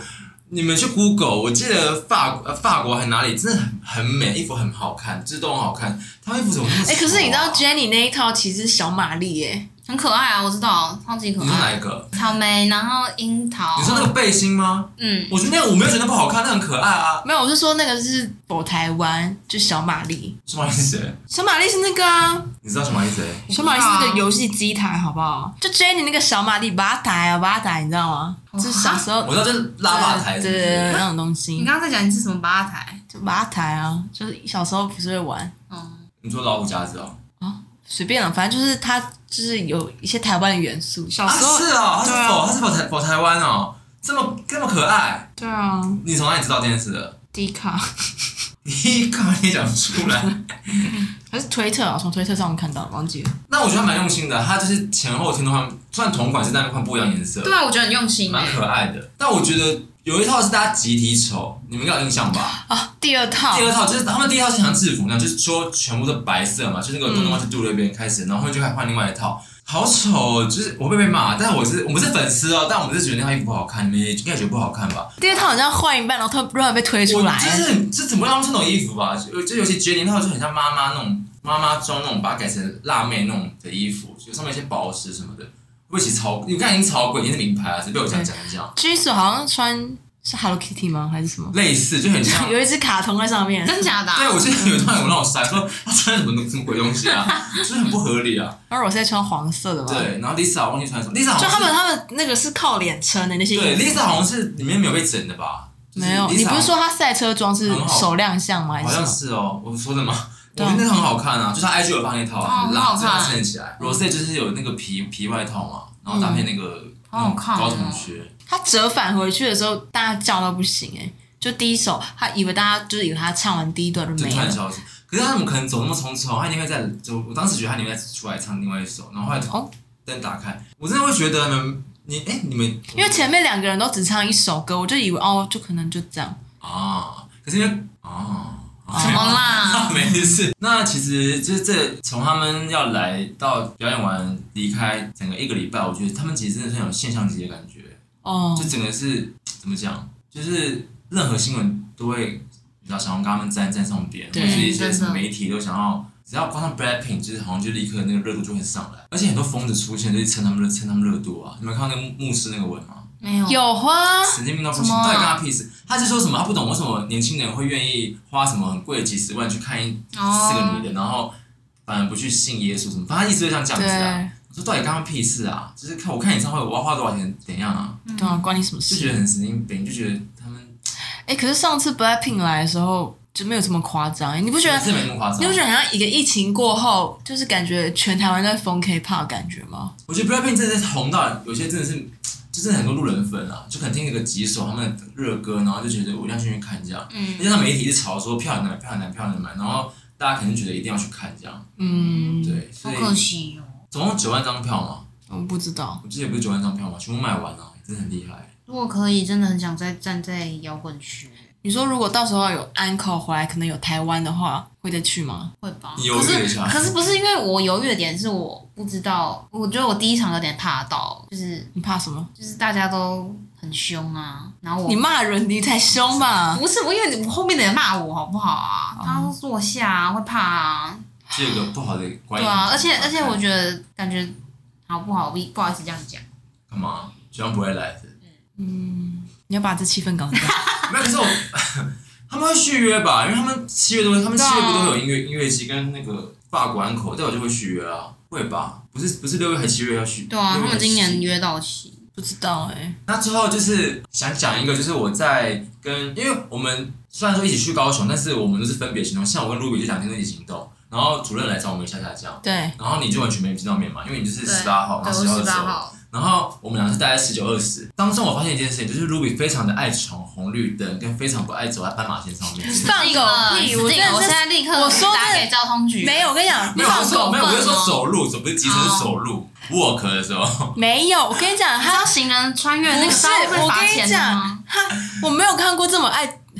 C: 你们去 Google，我记得法呃法国还哪里真的很很美，衣服很好看，就是都很好看。他们衣服怎么那么丑啊
D: 哎、可是你知道 Jenny 那一套其实是小玛丽耶，
A: 很可爱啊，我知道，超级可
C: 你说哪
A: 爱。
C: 一个？
A: 草莓，然后樱桃。
C: 你说那个背心吗？
A: 嗯，
C: 我觉得那个我没有觉得不好看，那很可爱啊。
D: 没有，我是说那个是否台湾，就小玛丽，
C: 什么意思？
D: 小玛丽是那个啊，
C: 你知道什么意思？欸
D: 小玛丽是那个游戏机台，好不好？就 Jenny 那个小玛丽吧台啊吧台，你知道吗？就是小时候
C: 我知道就是拉霸台是
D: 对
C: 不
D: 对对对
C: 是？
D: 那种东
A: 你
D: 西，
A: 刚刚在讲你是什么吧台？
D: 就吧台啊，就是小时候不是会玩，
A: 嗯，
C: 你说老虎夹子哦？
D: 随便了，反正就是它就是有一些台湾的元素，小
C: 啊，
D: 时候
C: 是哦，他是
D: 对啊
C: 否他是否台否台湾哦？这么这么可爱，
D: 对啊，
C: 你从哪里知道这件事的？
D: 迪卡
C: 你干嘛也讲出来？
D: 还是推特啊，从推特上看到，忘记了。
C: 那我觉得蛮用心的，它就是前后天都换，虽然同款是但换不一样颜色，
A: 对啊，我觉得很用心欸。
C: 蛮可爱的。但我觉得有一套是大家集体丑，你们应该有印象吧？
D: 啊，第二套
C: 第二套就是他们第一套是像制服那样，就是说全部都白色嘛，就那个东东妈去杜那边开始，然后就开始换另外一套。好丑、哦，就是我会被骂，但我是我们是粉丝哦，但我们是觉得那套衣服不好看，你们也应该觉得不好看吧？
D: 第二套好像换一半，然后突然被推出
C: 我
D: 来。
C: 就是这怎么会让他们穿那种衣服吧？就就尤其觉得那套就很像妈妈那种妈妈装那种，把它改成辣妹那种的衣服，就上面一些宝石什么的，会不会其实超？你看已经超贵，已经是名牌了，只被我这样讲一讲。
D: Jisoo 好像穿是 Hello Kitty 吗？还是什么？
C: 类似就很像
D: 。有一只卡通在上面，
A: 真假的啊、
C: 对，我记得有一段有让我塞，说他穿什么东什么鬼东西啊，就是很不合理啊。
D: 然后我现在穿黄色的嘛。，
C: 对，然后 Lisa 忘记穿什么，Lisa 好
D: 就
C: 像
D: 他
C: 是
D: 们他们那个是靠脸撑的那些
C: 哦对
D: 衣服。
C: Lisa 好像是里面没有被整的吧？就是
D: 没有，
C: Lisa
D: 你不是说他赛车装是
C: 很好
D: 首亮相吗？还
C: 好
D: 是什
C: 像
D: 么？
C: 是哦，我说的吗？我
D: 对
C: 觉
D: 啊
C: 得那个很好看啊，就是他 IG 有放那套啊，
A: 哦
C: 很辣，
A: 很好
C: 所以它
A: 看
C: 撑起来。Rose 就是有那个皮皮外套嘛，然后搭配那
D: 嗯
C: 个
A: 好好
C: 那种
D: 啊
A: 看哦
C: 高筒靴，
D: 他折返回去的时候，大家叫到不行哎、就第一首，他以为大家就是以为他唱完第一段就
C: 就
D: 没
C: 突然
D: 了。
C: 消失。可是他怎么可能走那么匆匆？他一定会在，就我当时觉得他一定会再出来唱另外一首，然后后来
D: 哦
C: 灯打开，我真的会觉得你们，你哎你们
D: 因为前面两个人都只唱一首歌，我就以为哦，就可能就这样。
C: 啊，可是因为啊。
A: 怎么啦？
C: 没事。那其实就是这从他们要来到表演完离开整个一个礼拜，我觉得他们其实真的是很有现象级的感觉，
D: 哦
C: 就，整个是怎么讲，就是任何新闻都会你知道想要跟他们站站上边，或
D: 对
C: 者是一些
A: 真
C: 什么
A: 的
C: 媒体都想要。只要挂上 Blackpink，就是好像就立刻那个热度就会上来，而且很多疯子出现就是蹭他们热蹭他们热度啊！你们有看到那个牧师那个文吗？
A: 没有，
D: 有花，
C: 神经病到不行，
A: 什么啊
C: 到底干他屁事？他是说什么？他不懂为什么年轻人会愿意花什么很贵的几十万去看一
A: 哦
C: 四个女的，然后反而不去信耶稣什么？反正他一直就像这样子啊。
D: 对，
C: 我说到底干他屁事啊？就是看我看演唱会，我要花多少钱，怎样啊？
D: 对啊，关你什么
C: 就
D: 事
C: 觉？得很神经病，就觉得他们
D: 哎、可是上次 Blackpink 来的时候就没有这么夸张、欸，你不觉得？
C: 是没那么夸张
D: 你不。觉得好像一个疫情过后，就是感觉全台湾都在疯 K-pop 的感觉吗？
C: 我觉得 BLACKPINK 真的是红到有些真的是，就真的很多路人粉啊，就可能听那个几首他们的热歌，然后就觉得我一定要进去看这样。
A: 嗯
C: 而且他媒体一直吵说票很难买，票很难买，票很难买，然后大家可能觉得一定要去看这样。
D: 嗯，
C: 对，所
A: 好
C: 以
A: 可惜哦。
C: 总共九万张票嘛，
D: 我嗯不知道。
C: 我记得不是九万张票嘛，全部卖完了，真的很厉害。
A: 如果可以，真的很想再站在摇滚区，
D: 你说如果到时候有 uncle 回来，可能有台湾的话，会再去吗？
A: 会吧？
C: 你犹豫了一下
A: 可是可是不是因为我犹豫的点是我不知道，我觉得我第一场有点怕到，就是
D: 你怕什么？
A: 就是大家都很凶啊，然后我
D: 你骂人，你才凶吧？
A: 不是我，因为我后面的人骂我好不好啊？
D: 哦
A: 他说坐下啊，会怕啊，
C: 这有个不好的观
A: 对
C: 影
A: 啊，而且而且我觉得感觉好不好，不不好意思这样讲。
C: 哎干嘛？居然不会来的，
D: 你要把这气氛 搞掉。
C: 没有。可是我 他们会续约吧，因为他们七月都会，他们七月不都
A: 啊
C: 会有音乐音乐季跟那个法国安口，但我就会续约啊，会吧？不是不是六月还七月要续？
A: 对啊，
C: 六
A: 他
C: 月还
A: 们今
C: 七
A: 年
C: 月
A: 约到期，
D: 不知道哎、
C: 那最后就是想讲一个，就是我在跟，因为我们虽然说一起去高雄，但是我们都是分别行动，像我跟 Ruby 就两天都一起行动，然后主任来找我们下下降。
D: 对，
C: 然后你就完全没见到面嘛，因为你就是十八号，然
A: 对，
C: 后
A: 我
C: 十号
A: 十
C: 的时
A: 八
C: 候，
A: 号，
C: 然后我们俩是大概十九二十。当中我发现一件事情，就是 Ruby 非常的爱闯红绿灯，跟非常不爱走在斑马线上 面。
D: 放
A: 定
D: 狗
A: 了
D: 屁！
A: 死
D: 我
A: 定
D: 真
A: 了我
D: 的
A: 现
D: 是
A: 在立刻
D: 我说
A: 打
D: 真的
A: 给交通局，
D: 没有，我跟你讲，
C: 没有，我
D: 放
C: 是说
D: 狗
C: 没有，我是说
A: 哦
C: 走路，走不是机车，是走路
D: 哦
C: walk 的时候。
D: 没有，我跟你讲，
A: 你知
D: 他
A: 道行人穿越那
D: 不
A: 个
D: 是
A: 稍微会
D: 我
A: 罚
D: 跟
A: 钱
D: 你
A: 的
D: 讲
A: 吗？，
D: 他我没有看过这么爱，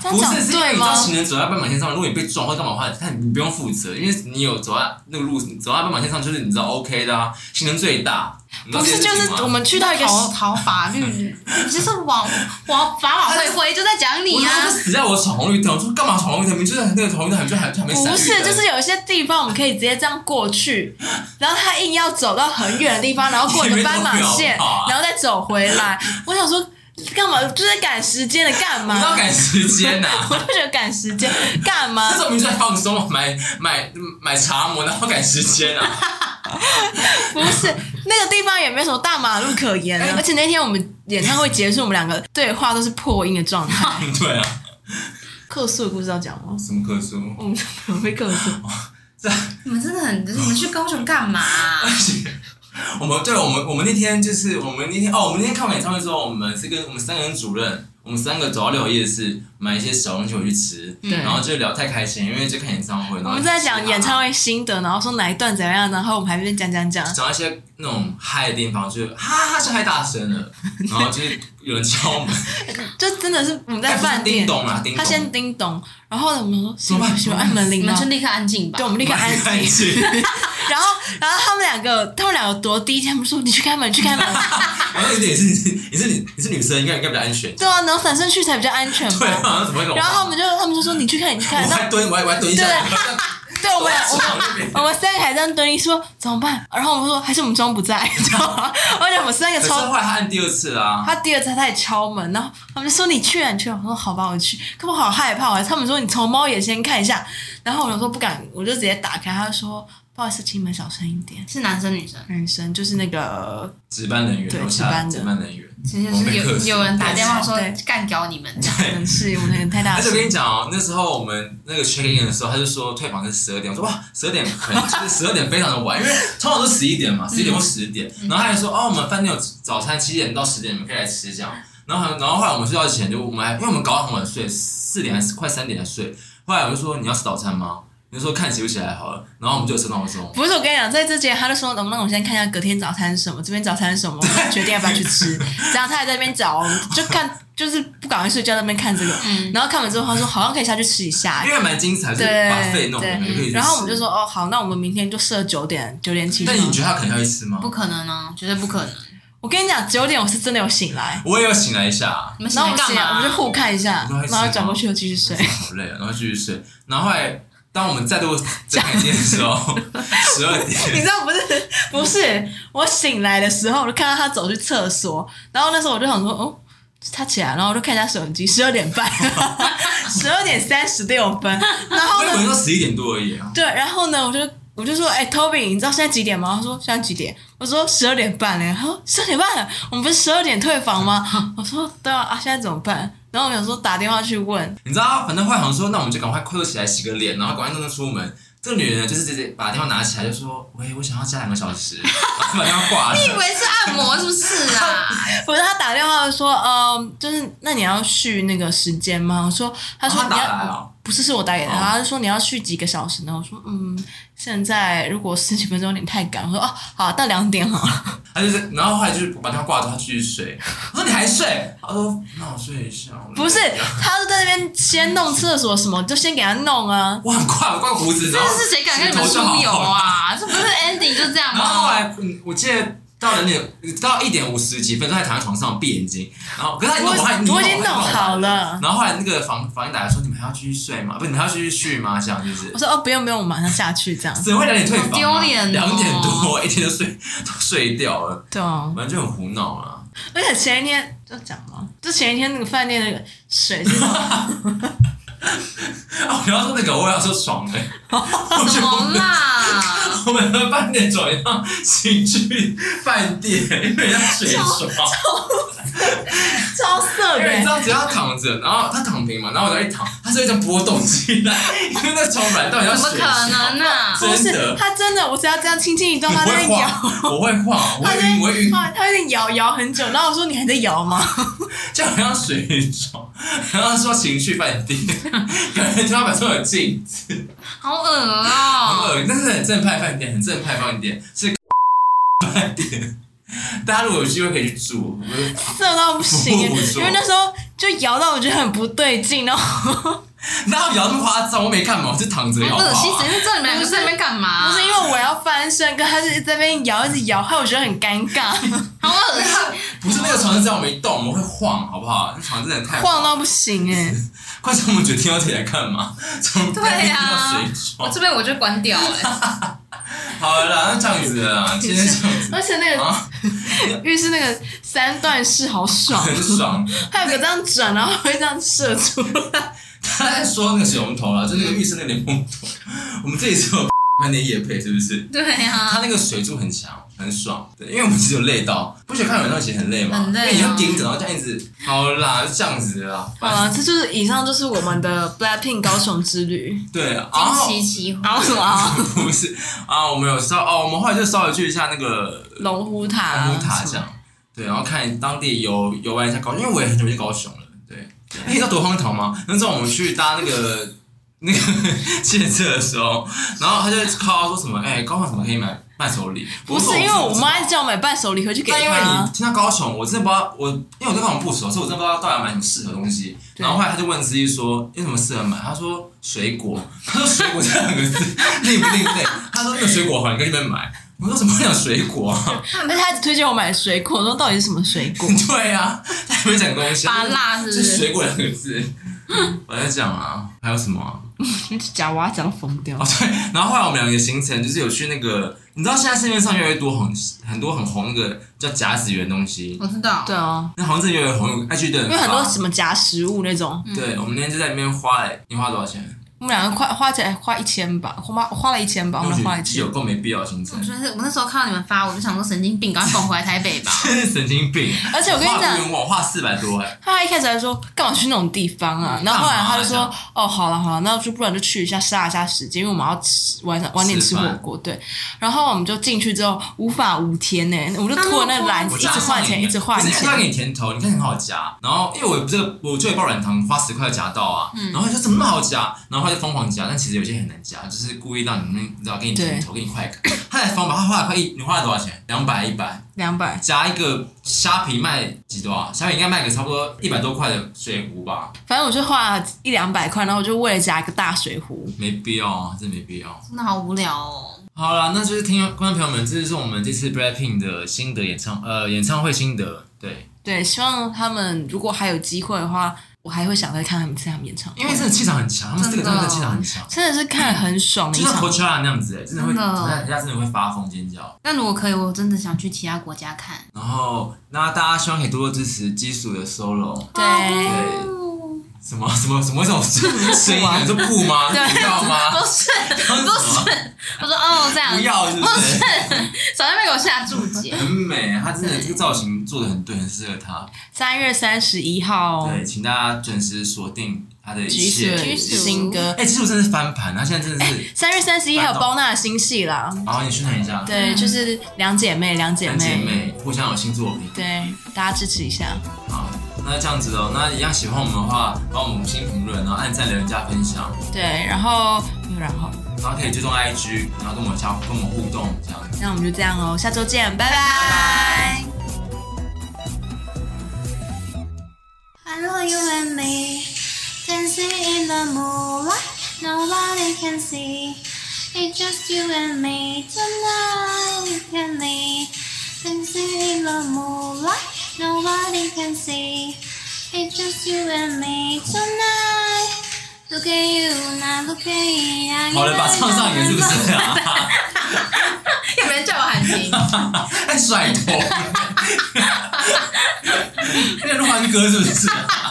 D: 这样
C: 不
D: 讲
C: 是，是因为
D: 对
C: 你知道
D: 吗？
C: 行人走在斑马线上，如果你被撞或干嘛的话，他你不用负责，因为你有走在那个路，走在斑马线上就是你知道 OK 的啊，行人最大。你知道
D: 不是，
C: 这件
D: 就
C: 事情
D: 是
C: 吗
D: 我们去到一个
A: 逃逃法律，你就是往往法网恢恢，就在讲
C: 我
A: 你
C: 就
A: 啊
C: 说。死在我闯红绿灯，我说干嘛闯红绿灯？明明就是那个红绿灯，还就还就还没闪绿
D: 不是，
C: 灯
D: 就是有一些地方我们可以直接这样过去，然后他硬要走到很远的地方，然后过一个斑马线
C: 你没走好啊，
D: 然后再走回来。我想说，干嘛？就是赶时间的干
C: 不要
D: 嘛？
C: 赶时间啊呐、
D: 我就觉得赶时间干嘛
C: 这？种明明就在放松，买买买茶魔，然后赶时间啊！
D: 不是那个地方也没什么大马路可言啊。而且那天我们演唱会结束，我们两个对话都是破音的状态。
C: 对啊，
D: 客诉的故事要讲吗？
C: 什么可说？
D: 我们很会客诉，
C: 这
A: 你们真的很，你们去高雄干嘛、
C: 啊我们对我们我们那天就是我们那天哦，我们那天看完演唱会之后，我们是跟我们三个人主任，我们三个走到六合夜市买一些小东西回去吃，
D: 对
C: 然后就聊太开心，因为就看演唱会，然后
D: 我们在
C: 就
D: 讲
C: 吃
D: 演
C: 啊。
D: 唱会心得，然后说哪一段怎样，然后我们还在那边讲讲讲。
C: 讲到一些那种嗨的地方，就是哈哈就太大声 了，然后就是有人敲门，
D: 就真的是我们在
C: 哎不是
D: 饭
C: 叮
D: 店，
C: 咚啦，叮
D: 他
C: 咚，
D: 先叮咚，然后呢，我们说
C: 么办
D: 喜欢按门
A: 你
D: 铃
A: 们
D: 吗
A: 就？立刻安静吧
D: 对，。我们立刻 安
C: 安
D: 静。
C: 静，
D: 然后，然后他们两个，他们两个多低，他们说你去开门，你去 开门。
C: 然后你是你是你你是女生，应该应该比较安全。
D: 对啊，然后男生去才比较安全
C: 对
D: 嘛。
C: 啊，怎么会懂？
D: 然后他们就他们就说你去看，你去看。
C: 我
D: 然后
C: 还蹲，我还我还蹲一下，
D: 对
C: 然
D: 对，啊我们我们
C: 那边
D: 我们三个还这样蹲一说怎么办？然后我们说还是我们装不在， 你知道吗？而且我们三个
C: 可是后
D: 超。
C: 来他按第二次啊啦，
D: 他第二次他也敲门，然后他们就说你去啊你去啊，我说好吧我去，可我好害怕啊。他们说你从猫眼先看一下，然后我想说不敢，我就直接打开。他就说不好意思，请你们小声一点。
A: 是男生女生，
D: 男生就是那个
C: 值班人员
D: 对
C: 楼下
D: 值班的
C: 值班人员，
A: 其实
C: 我
A: 就
C: 们
A: 是
C: 被
A: 有
C: 克死
A: 有人打电话说
D: 对
A: 干掉你们，
D: 可能是我那个太大
C: 而且
D: 声
C: 我，跟你讲哦，那时候我们那个 check in 的时候，他就说退房是十二点，我说哇，十二点很就是十二点非常的晚，因为通常都十一点
D: 嗯
C: 嘛，十一点或十点，然后他还说哦，我们饭店有早餐七点到十点，你们可以来吃这样。然后，然后后来我们睡觉前就我们还因为我们搞到很晚睡，四点还是快三点才睡。后来我就说你要吃早餐吗？你就说看起不起来好了。然后我们就有吃闹钟，
D: 不是我跟你讲，在之前他就说能不能我先看一下隔天早餐是什么，这边早餐是什么，我们决定要不要去 吃。这样他还在那边找，就看就是不赶快睡觉，在那边看这个。
A: 嗯
D: 然后看完之后，他说好像可以下去吃一下
C: 因。为还蛮精彩，就是
D: 对
C: 把费弄完
D: 对
C: 可以。
D: 然后我们就，说哦好，那我们明天就设九点九点起床
C: 但。你觉得他可能要去吃吗？
A: 不可能啊，绝对不可能。
D: 我跟你讲，九点我是真的有醒来，
C: 我也要醒来一下啊。
A: 你们醒
D: 然
A: 来
D: 后我
A: 干
D: 醒来
A: 嘛？
D: 我们就互看一下
C: 你说还，
D: 然后
C: 醒
D: 转过
C: 吗
D: 去又继续睡。
C: 好累啊，然后继续睡。然后后来，当我们再度睁开眼睛的时候，十二
D: 你
C: 点，
D: 知道不是不是，我醒来的时候，我就看到他走去厕所，然后那时候我就想说，哦，他起来，然后我就看一下手机，十二点半， 十二点三十六分，然后
C: 我以为
D: 呢，
C: 到十一点多而已啊。
D: 对，然后呢，我就我就说，哎、t o b y 你知道现在几点吗？他说现在几点？我说十二点半嘞，他说十二点半了，我们不是十二点退 房吗？我说对啊，啊，现在怎么办？然后我想说打电话去问，
C: 你知道，反正后来好像说，那我们就赶快快速起来洗个脸，然后赶快弄弄出门。这个女人呢，就是直接把电话拿起来就说：“喂，我想要加两个小时。”然后把电话挂 了。
A: 以为是按摩是不是啊？
D: 不是他打电话说，嗯，就是那你要续那个时间吗？我说，他说
C: 哦他
D: 你
C: 打
D: 要、
C: 来哦
D: 不是是我打给他，
C: 哦
D: 他就说你要续几个小时呢？我说，嗯，现在如果十几分钟有点太赶，我说哦，好，到两点 好了。
C: 她就是，然后后来就是把电话挂了之后，她继续睡。我说：“你还睡？”她说：“那我睡一下。”
D: 不是，他就在那边先弄厕所什么，就先给他弄啊。
C: 我很快，我挂胡子，然后
A: 这是谁敢跟你们
C: 洗
A: 出
C: 头就好
A: 游啊？这不是 Andy 就这样
C: 然后后
A: 吗？
C: 来，嗯我记得到了点，到一点五十几分钟，还躺在床上闭眼睛，然后可是他已经
D: 我
C: 弄完，
D: 我已经
C: 你
D: 弄好。了。
C: 然后后来那个房房间打来说：“你们还要继续睡吗？不是，你们还要继续去吗？”这样就是
D: 我，说哦，不用不用，我马上下去这样。
C: 只会两点退房啊，
A: 好丢脸哦
C: 两点多一天就睡都睡掉了，
D: 对啊，
C: 反正就很胡闹啊。
D: 而且前一天就讲嘛，就前一天那个饭店那个水是 什么
C: 啊，我要说那个，我也要说爽的、我
A: 怎
C: 觉得我
A: 么
C: 们
A: 啦？
C: 我们的饭店转让行去饭店，因为要水爽。
D: 超 色
C: 因为你知
D: 的，
C: 道，只要他躺着，然后他躺平嘛，然后我就一躺，他是会这样波动起来，因为那床软到底要
A: 怎么
C: 水
A: 可
C: 洗
A: 能啊？
D: 不
C: 真
D: 是
C: 的。
D: 他真的，我只要这样轻轻一动，
C: 我
D: 他在那
C: 会
D: 边摇。
C: 晃，我会晃，我
D: 他
C: 会
D: 在
C: 晕，我会晕，
D: 他他有点摇摇很久，然后我说你还在摇吗？
C: 就好像水床，然后说情绪饭 店，感觉天花板上有镜子，
A: 好恶
C: 很
A: 哦！
C: 恶但是很正派饭店，很正派饭店是 饭店，大家如果有机会可以去住，我觉得
D: 色到不行，
C: 我不说
D: 因为那时候就摇到我觉得很不对劲，然后
C: 哪有摇那么夸张，我没看嘛，我就躺着摇
A: 好
C: 好不
A: 恶心，
C: 好啊
A: 谁是这你们两个在那边干嘛？
D: 不是因为我要翻身，跟他是在那边摇一直摇，害我觉得很尴 尬，
A: 好恶心，
C: 不是那个床是只要我没动，我会晃，好不好？那床真的太
D: 晃到不行哎、
C: 快上我们决定要起来干嘛？ 从
A: 对
C: 饭店
A: 啊
C: 到水
A: 我
C: 床。
A: 这边我就关掉哎。
C: 好了啦，那这样子啦，今天这样子
D: 而且那个
C: 啊，
D: 浴室那个三段式好 爽，
C: 很爽。
D: 还有个这样转，然后会这样射出来，
C: 他在说那个水龙头啦，就那个浴室那个莲蓬头，我们这里是有 半点夜配，是不是？
A: 对啊
C: 它
A: 呀，
C: 那个水柱很强，很爽。对，因为我们其实有累到，不觉得看晚上其实很累吗？
A: 很累啊
C: 因为你要盯着，然后这样一直，好啦，就这样子啊啦。
D: 好了，这就是以上就是我们的 Blackpink 高雄之旅，
C: 对，然后
A: 惊奇奇幻
D: 然后什么啊
C: 不是啊，我们有稍哦，我们后来就稍微去一下那个
D: 龙虎塔啊，
C: 乌塔这
D: 什么
C: 样，对，然后看当地游游玩一下高雄，因为我也很久没去高雄了，对。哎，你知道多荒唐吗？那时候我们去搭那个那个建设的时候，然后他就靠说什么，哎、高雄怎么可以买伴手礼？
D: 不是
C: 说
D: 因为我
C: 知道
D: 妈一直叫我买伴手礼回去给她，
C: 但因为你听到高雄，我真的不知道，我因为我对高雄不熟，所以我真的不知道到底要买什么适合的东西。然后后来他就问司机说：“有什么适合买？”他说：“水果。”他说：“水果这两个字 另不另类？”他说：“那个水果好，你跟你们买。”我说：“怎么会讲水果啊
D: 而且她一直推荐我买水 果，我说到底是什么水？”果？
C: 对啊，他也没讲东西，
A: 巴辣是
C: 就
A: 不
C: 是
A: 是？
C: 水果两个字。我在讲啊，还有什么啊？
D: 假娃讲疯掉
C: 哦，，对，然后后来我们两个行程就是有去那个，你知道现在市面上越来越多很很多很红那个叫甲子园的东西，
A: 我知道，
D: 对啊，
C: 那好像真的越来越红，爱去的
D: 因
C: 人
D: 为很多
C: 发
D: 什么夹食物那种，
C: 对，我们那天就在里面花了，你花了多少钱？
D: 嗯我们两个花花起来花一千吧，花花了一千哦吧，我们花
C: 我
D: 一
C: 觉
D: 千
C: 得有，够没必要的行程
A: 我，就是我那时候看到你们发，我就想说神经病，赶快滚回来台北吧。
C: 真是 神经病。
D: 而且我跟你
C: 画
D: 讲
C: 无，缘我画四百多哎，
D: 他一开始还说干嘛去那种地方啊，然后后来他就
C: 嗯
D: 说
C: 干嘛
D: 哦，好了好了，那就不然就去一下杀一下时间，因为我们要吃晚上晚点吃火锅，对。然后我们就进去之后无法无天呢、我就拖那个篮子
C: 我
D: 一直换钱，一直换
C: 不是
D: 钱
C: 他，给你甜头，你看很好夹，然后因为我这个我就有爆软糖，花十块夹到啊，
D: 嗯
C: 然后他说怎么那么好夹，然后他就疯狂夹，但其实有些很难夹，就是故意让你们你知道给你甜头，给你快感。他才疯吧，他花了快一，你花了多少钱？两百一百，
D: 两百。
C: 夹一个虾皮卖几多啊？虾皮应该卖个差不多一百多块的水壶吧，
D: 反正我就花了一两百块，然后我就为了夹一个大水壶。
C: 没必要啊，真没必要。
A: 真的好无聊哦。
C: 好啦，那就是听观众朋友们，这就是我们这次 Blackpink 的心得演唱呃演唱会心得。对，
D: 对，希望他们如果还有机会的话，我还会想再看他们一次他们演唱会，
C: 因为真的气场很强，他们四个
A: 真的
C: 真的气场很强，
D: 真的是看得很爽的
C: 就
D: 一
C: 像
D: 嗯场
C: Coachella 那样子、欸，真的会，
A: 真的
C: 人家真的会发疯尖叫。
A: 但如果可以，我真的想去其他国家看。
C: 然后，那大家希望可以多多支持基础的 solo，
D: 对
C: 对，什么什么什么这种 声音啊，你说不吗？
D: 对
C: 不要吗？
A: 不是，
C: 不是，
A: 我说哦这样
C: 不，要是不是？
A: 小妹妹给我下注 解。
C: 很美，她真的这个造型做的很对，很适合她。
D: 三月三十一号
C: 对，请大家准时锁定她的一
D: 举
C: 切
D: 水
A: 举手
D: 新歌，
C: 哎，基础真的是翻盘，她现在真的是。
D: 三月三十一还有包娜的新戏啦，
C: 好，你宣传一下。
D: 对，就是两姐妹，两姐
C: 三
D: 妹，
C: 姐妹互相有新作品。
D: 对，大家支持一下，
C: 好，那这样子喽。那一样喜欢我们的话，帮我们五星评论，然后按赞、留言、加分享，
D: 对，然后没有然后，
C: 然后可以追踪 IG，然后跟我们交，跟我们互动这样。
D: 那我们就这样哦喽，下周见，拜拜
A: 拜 Hello, you and me, dancing in the moonlight. Nobody can see. It's just you and me tonight, and me dancing in the moonlight. Nobody can see. It's just you and me tonight. Look at you now, look at me.
C: 好了吧，唱上瘾是不是啊？
A: 有人叫我喊 停。
C: 在甩头，在录完歌是不是啊？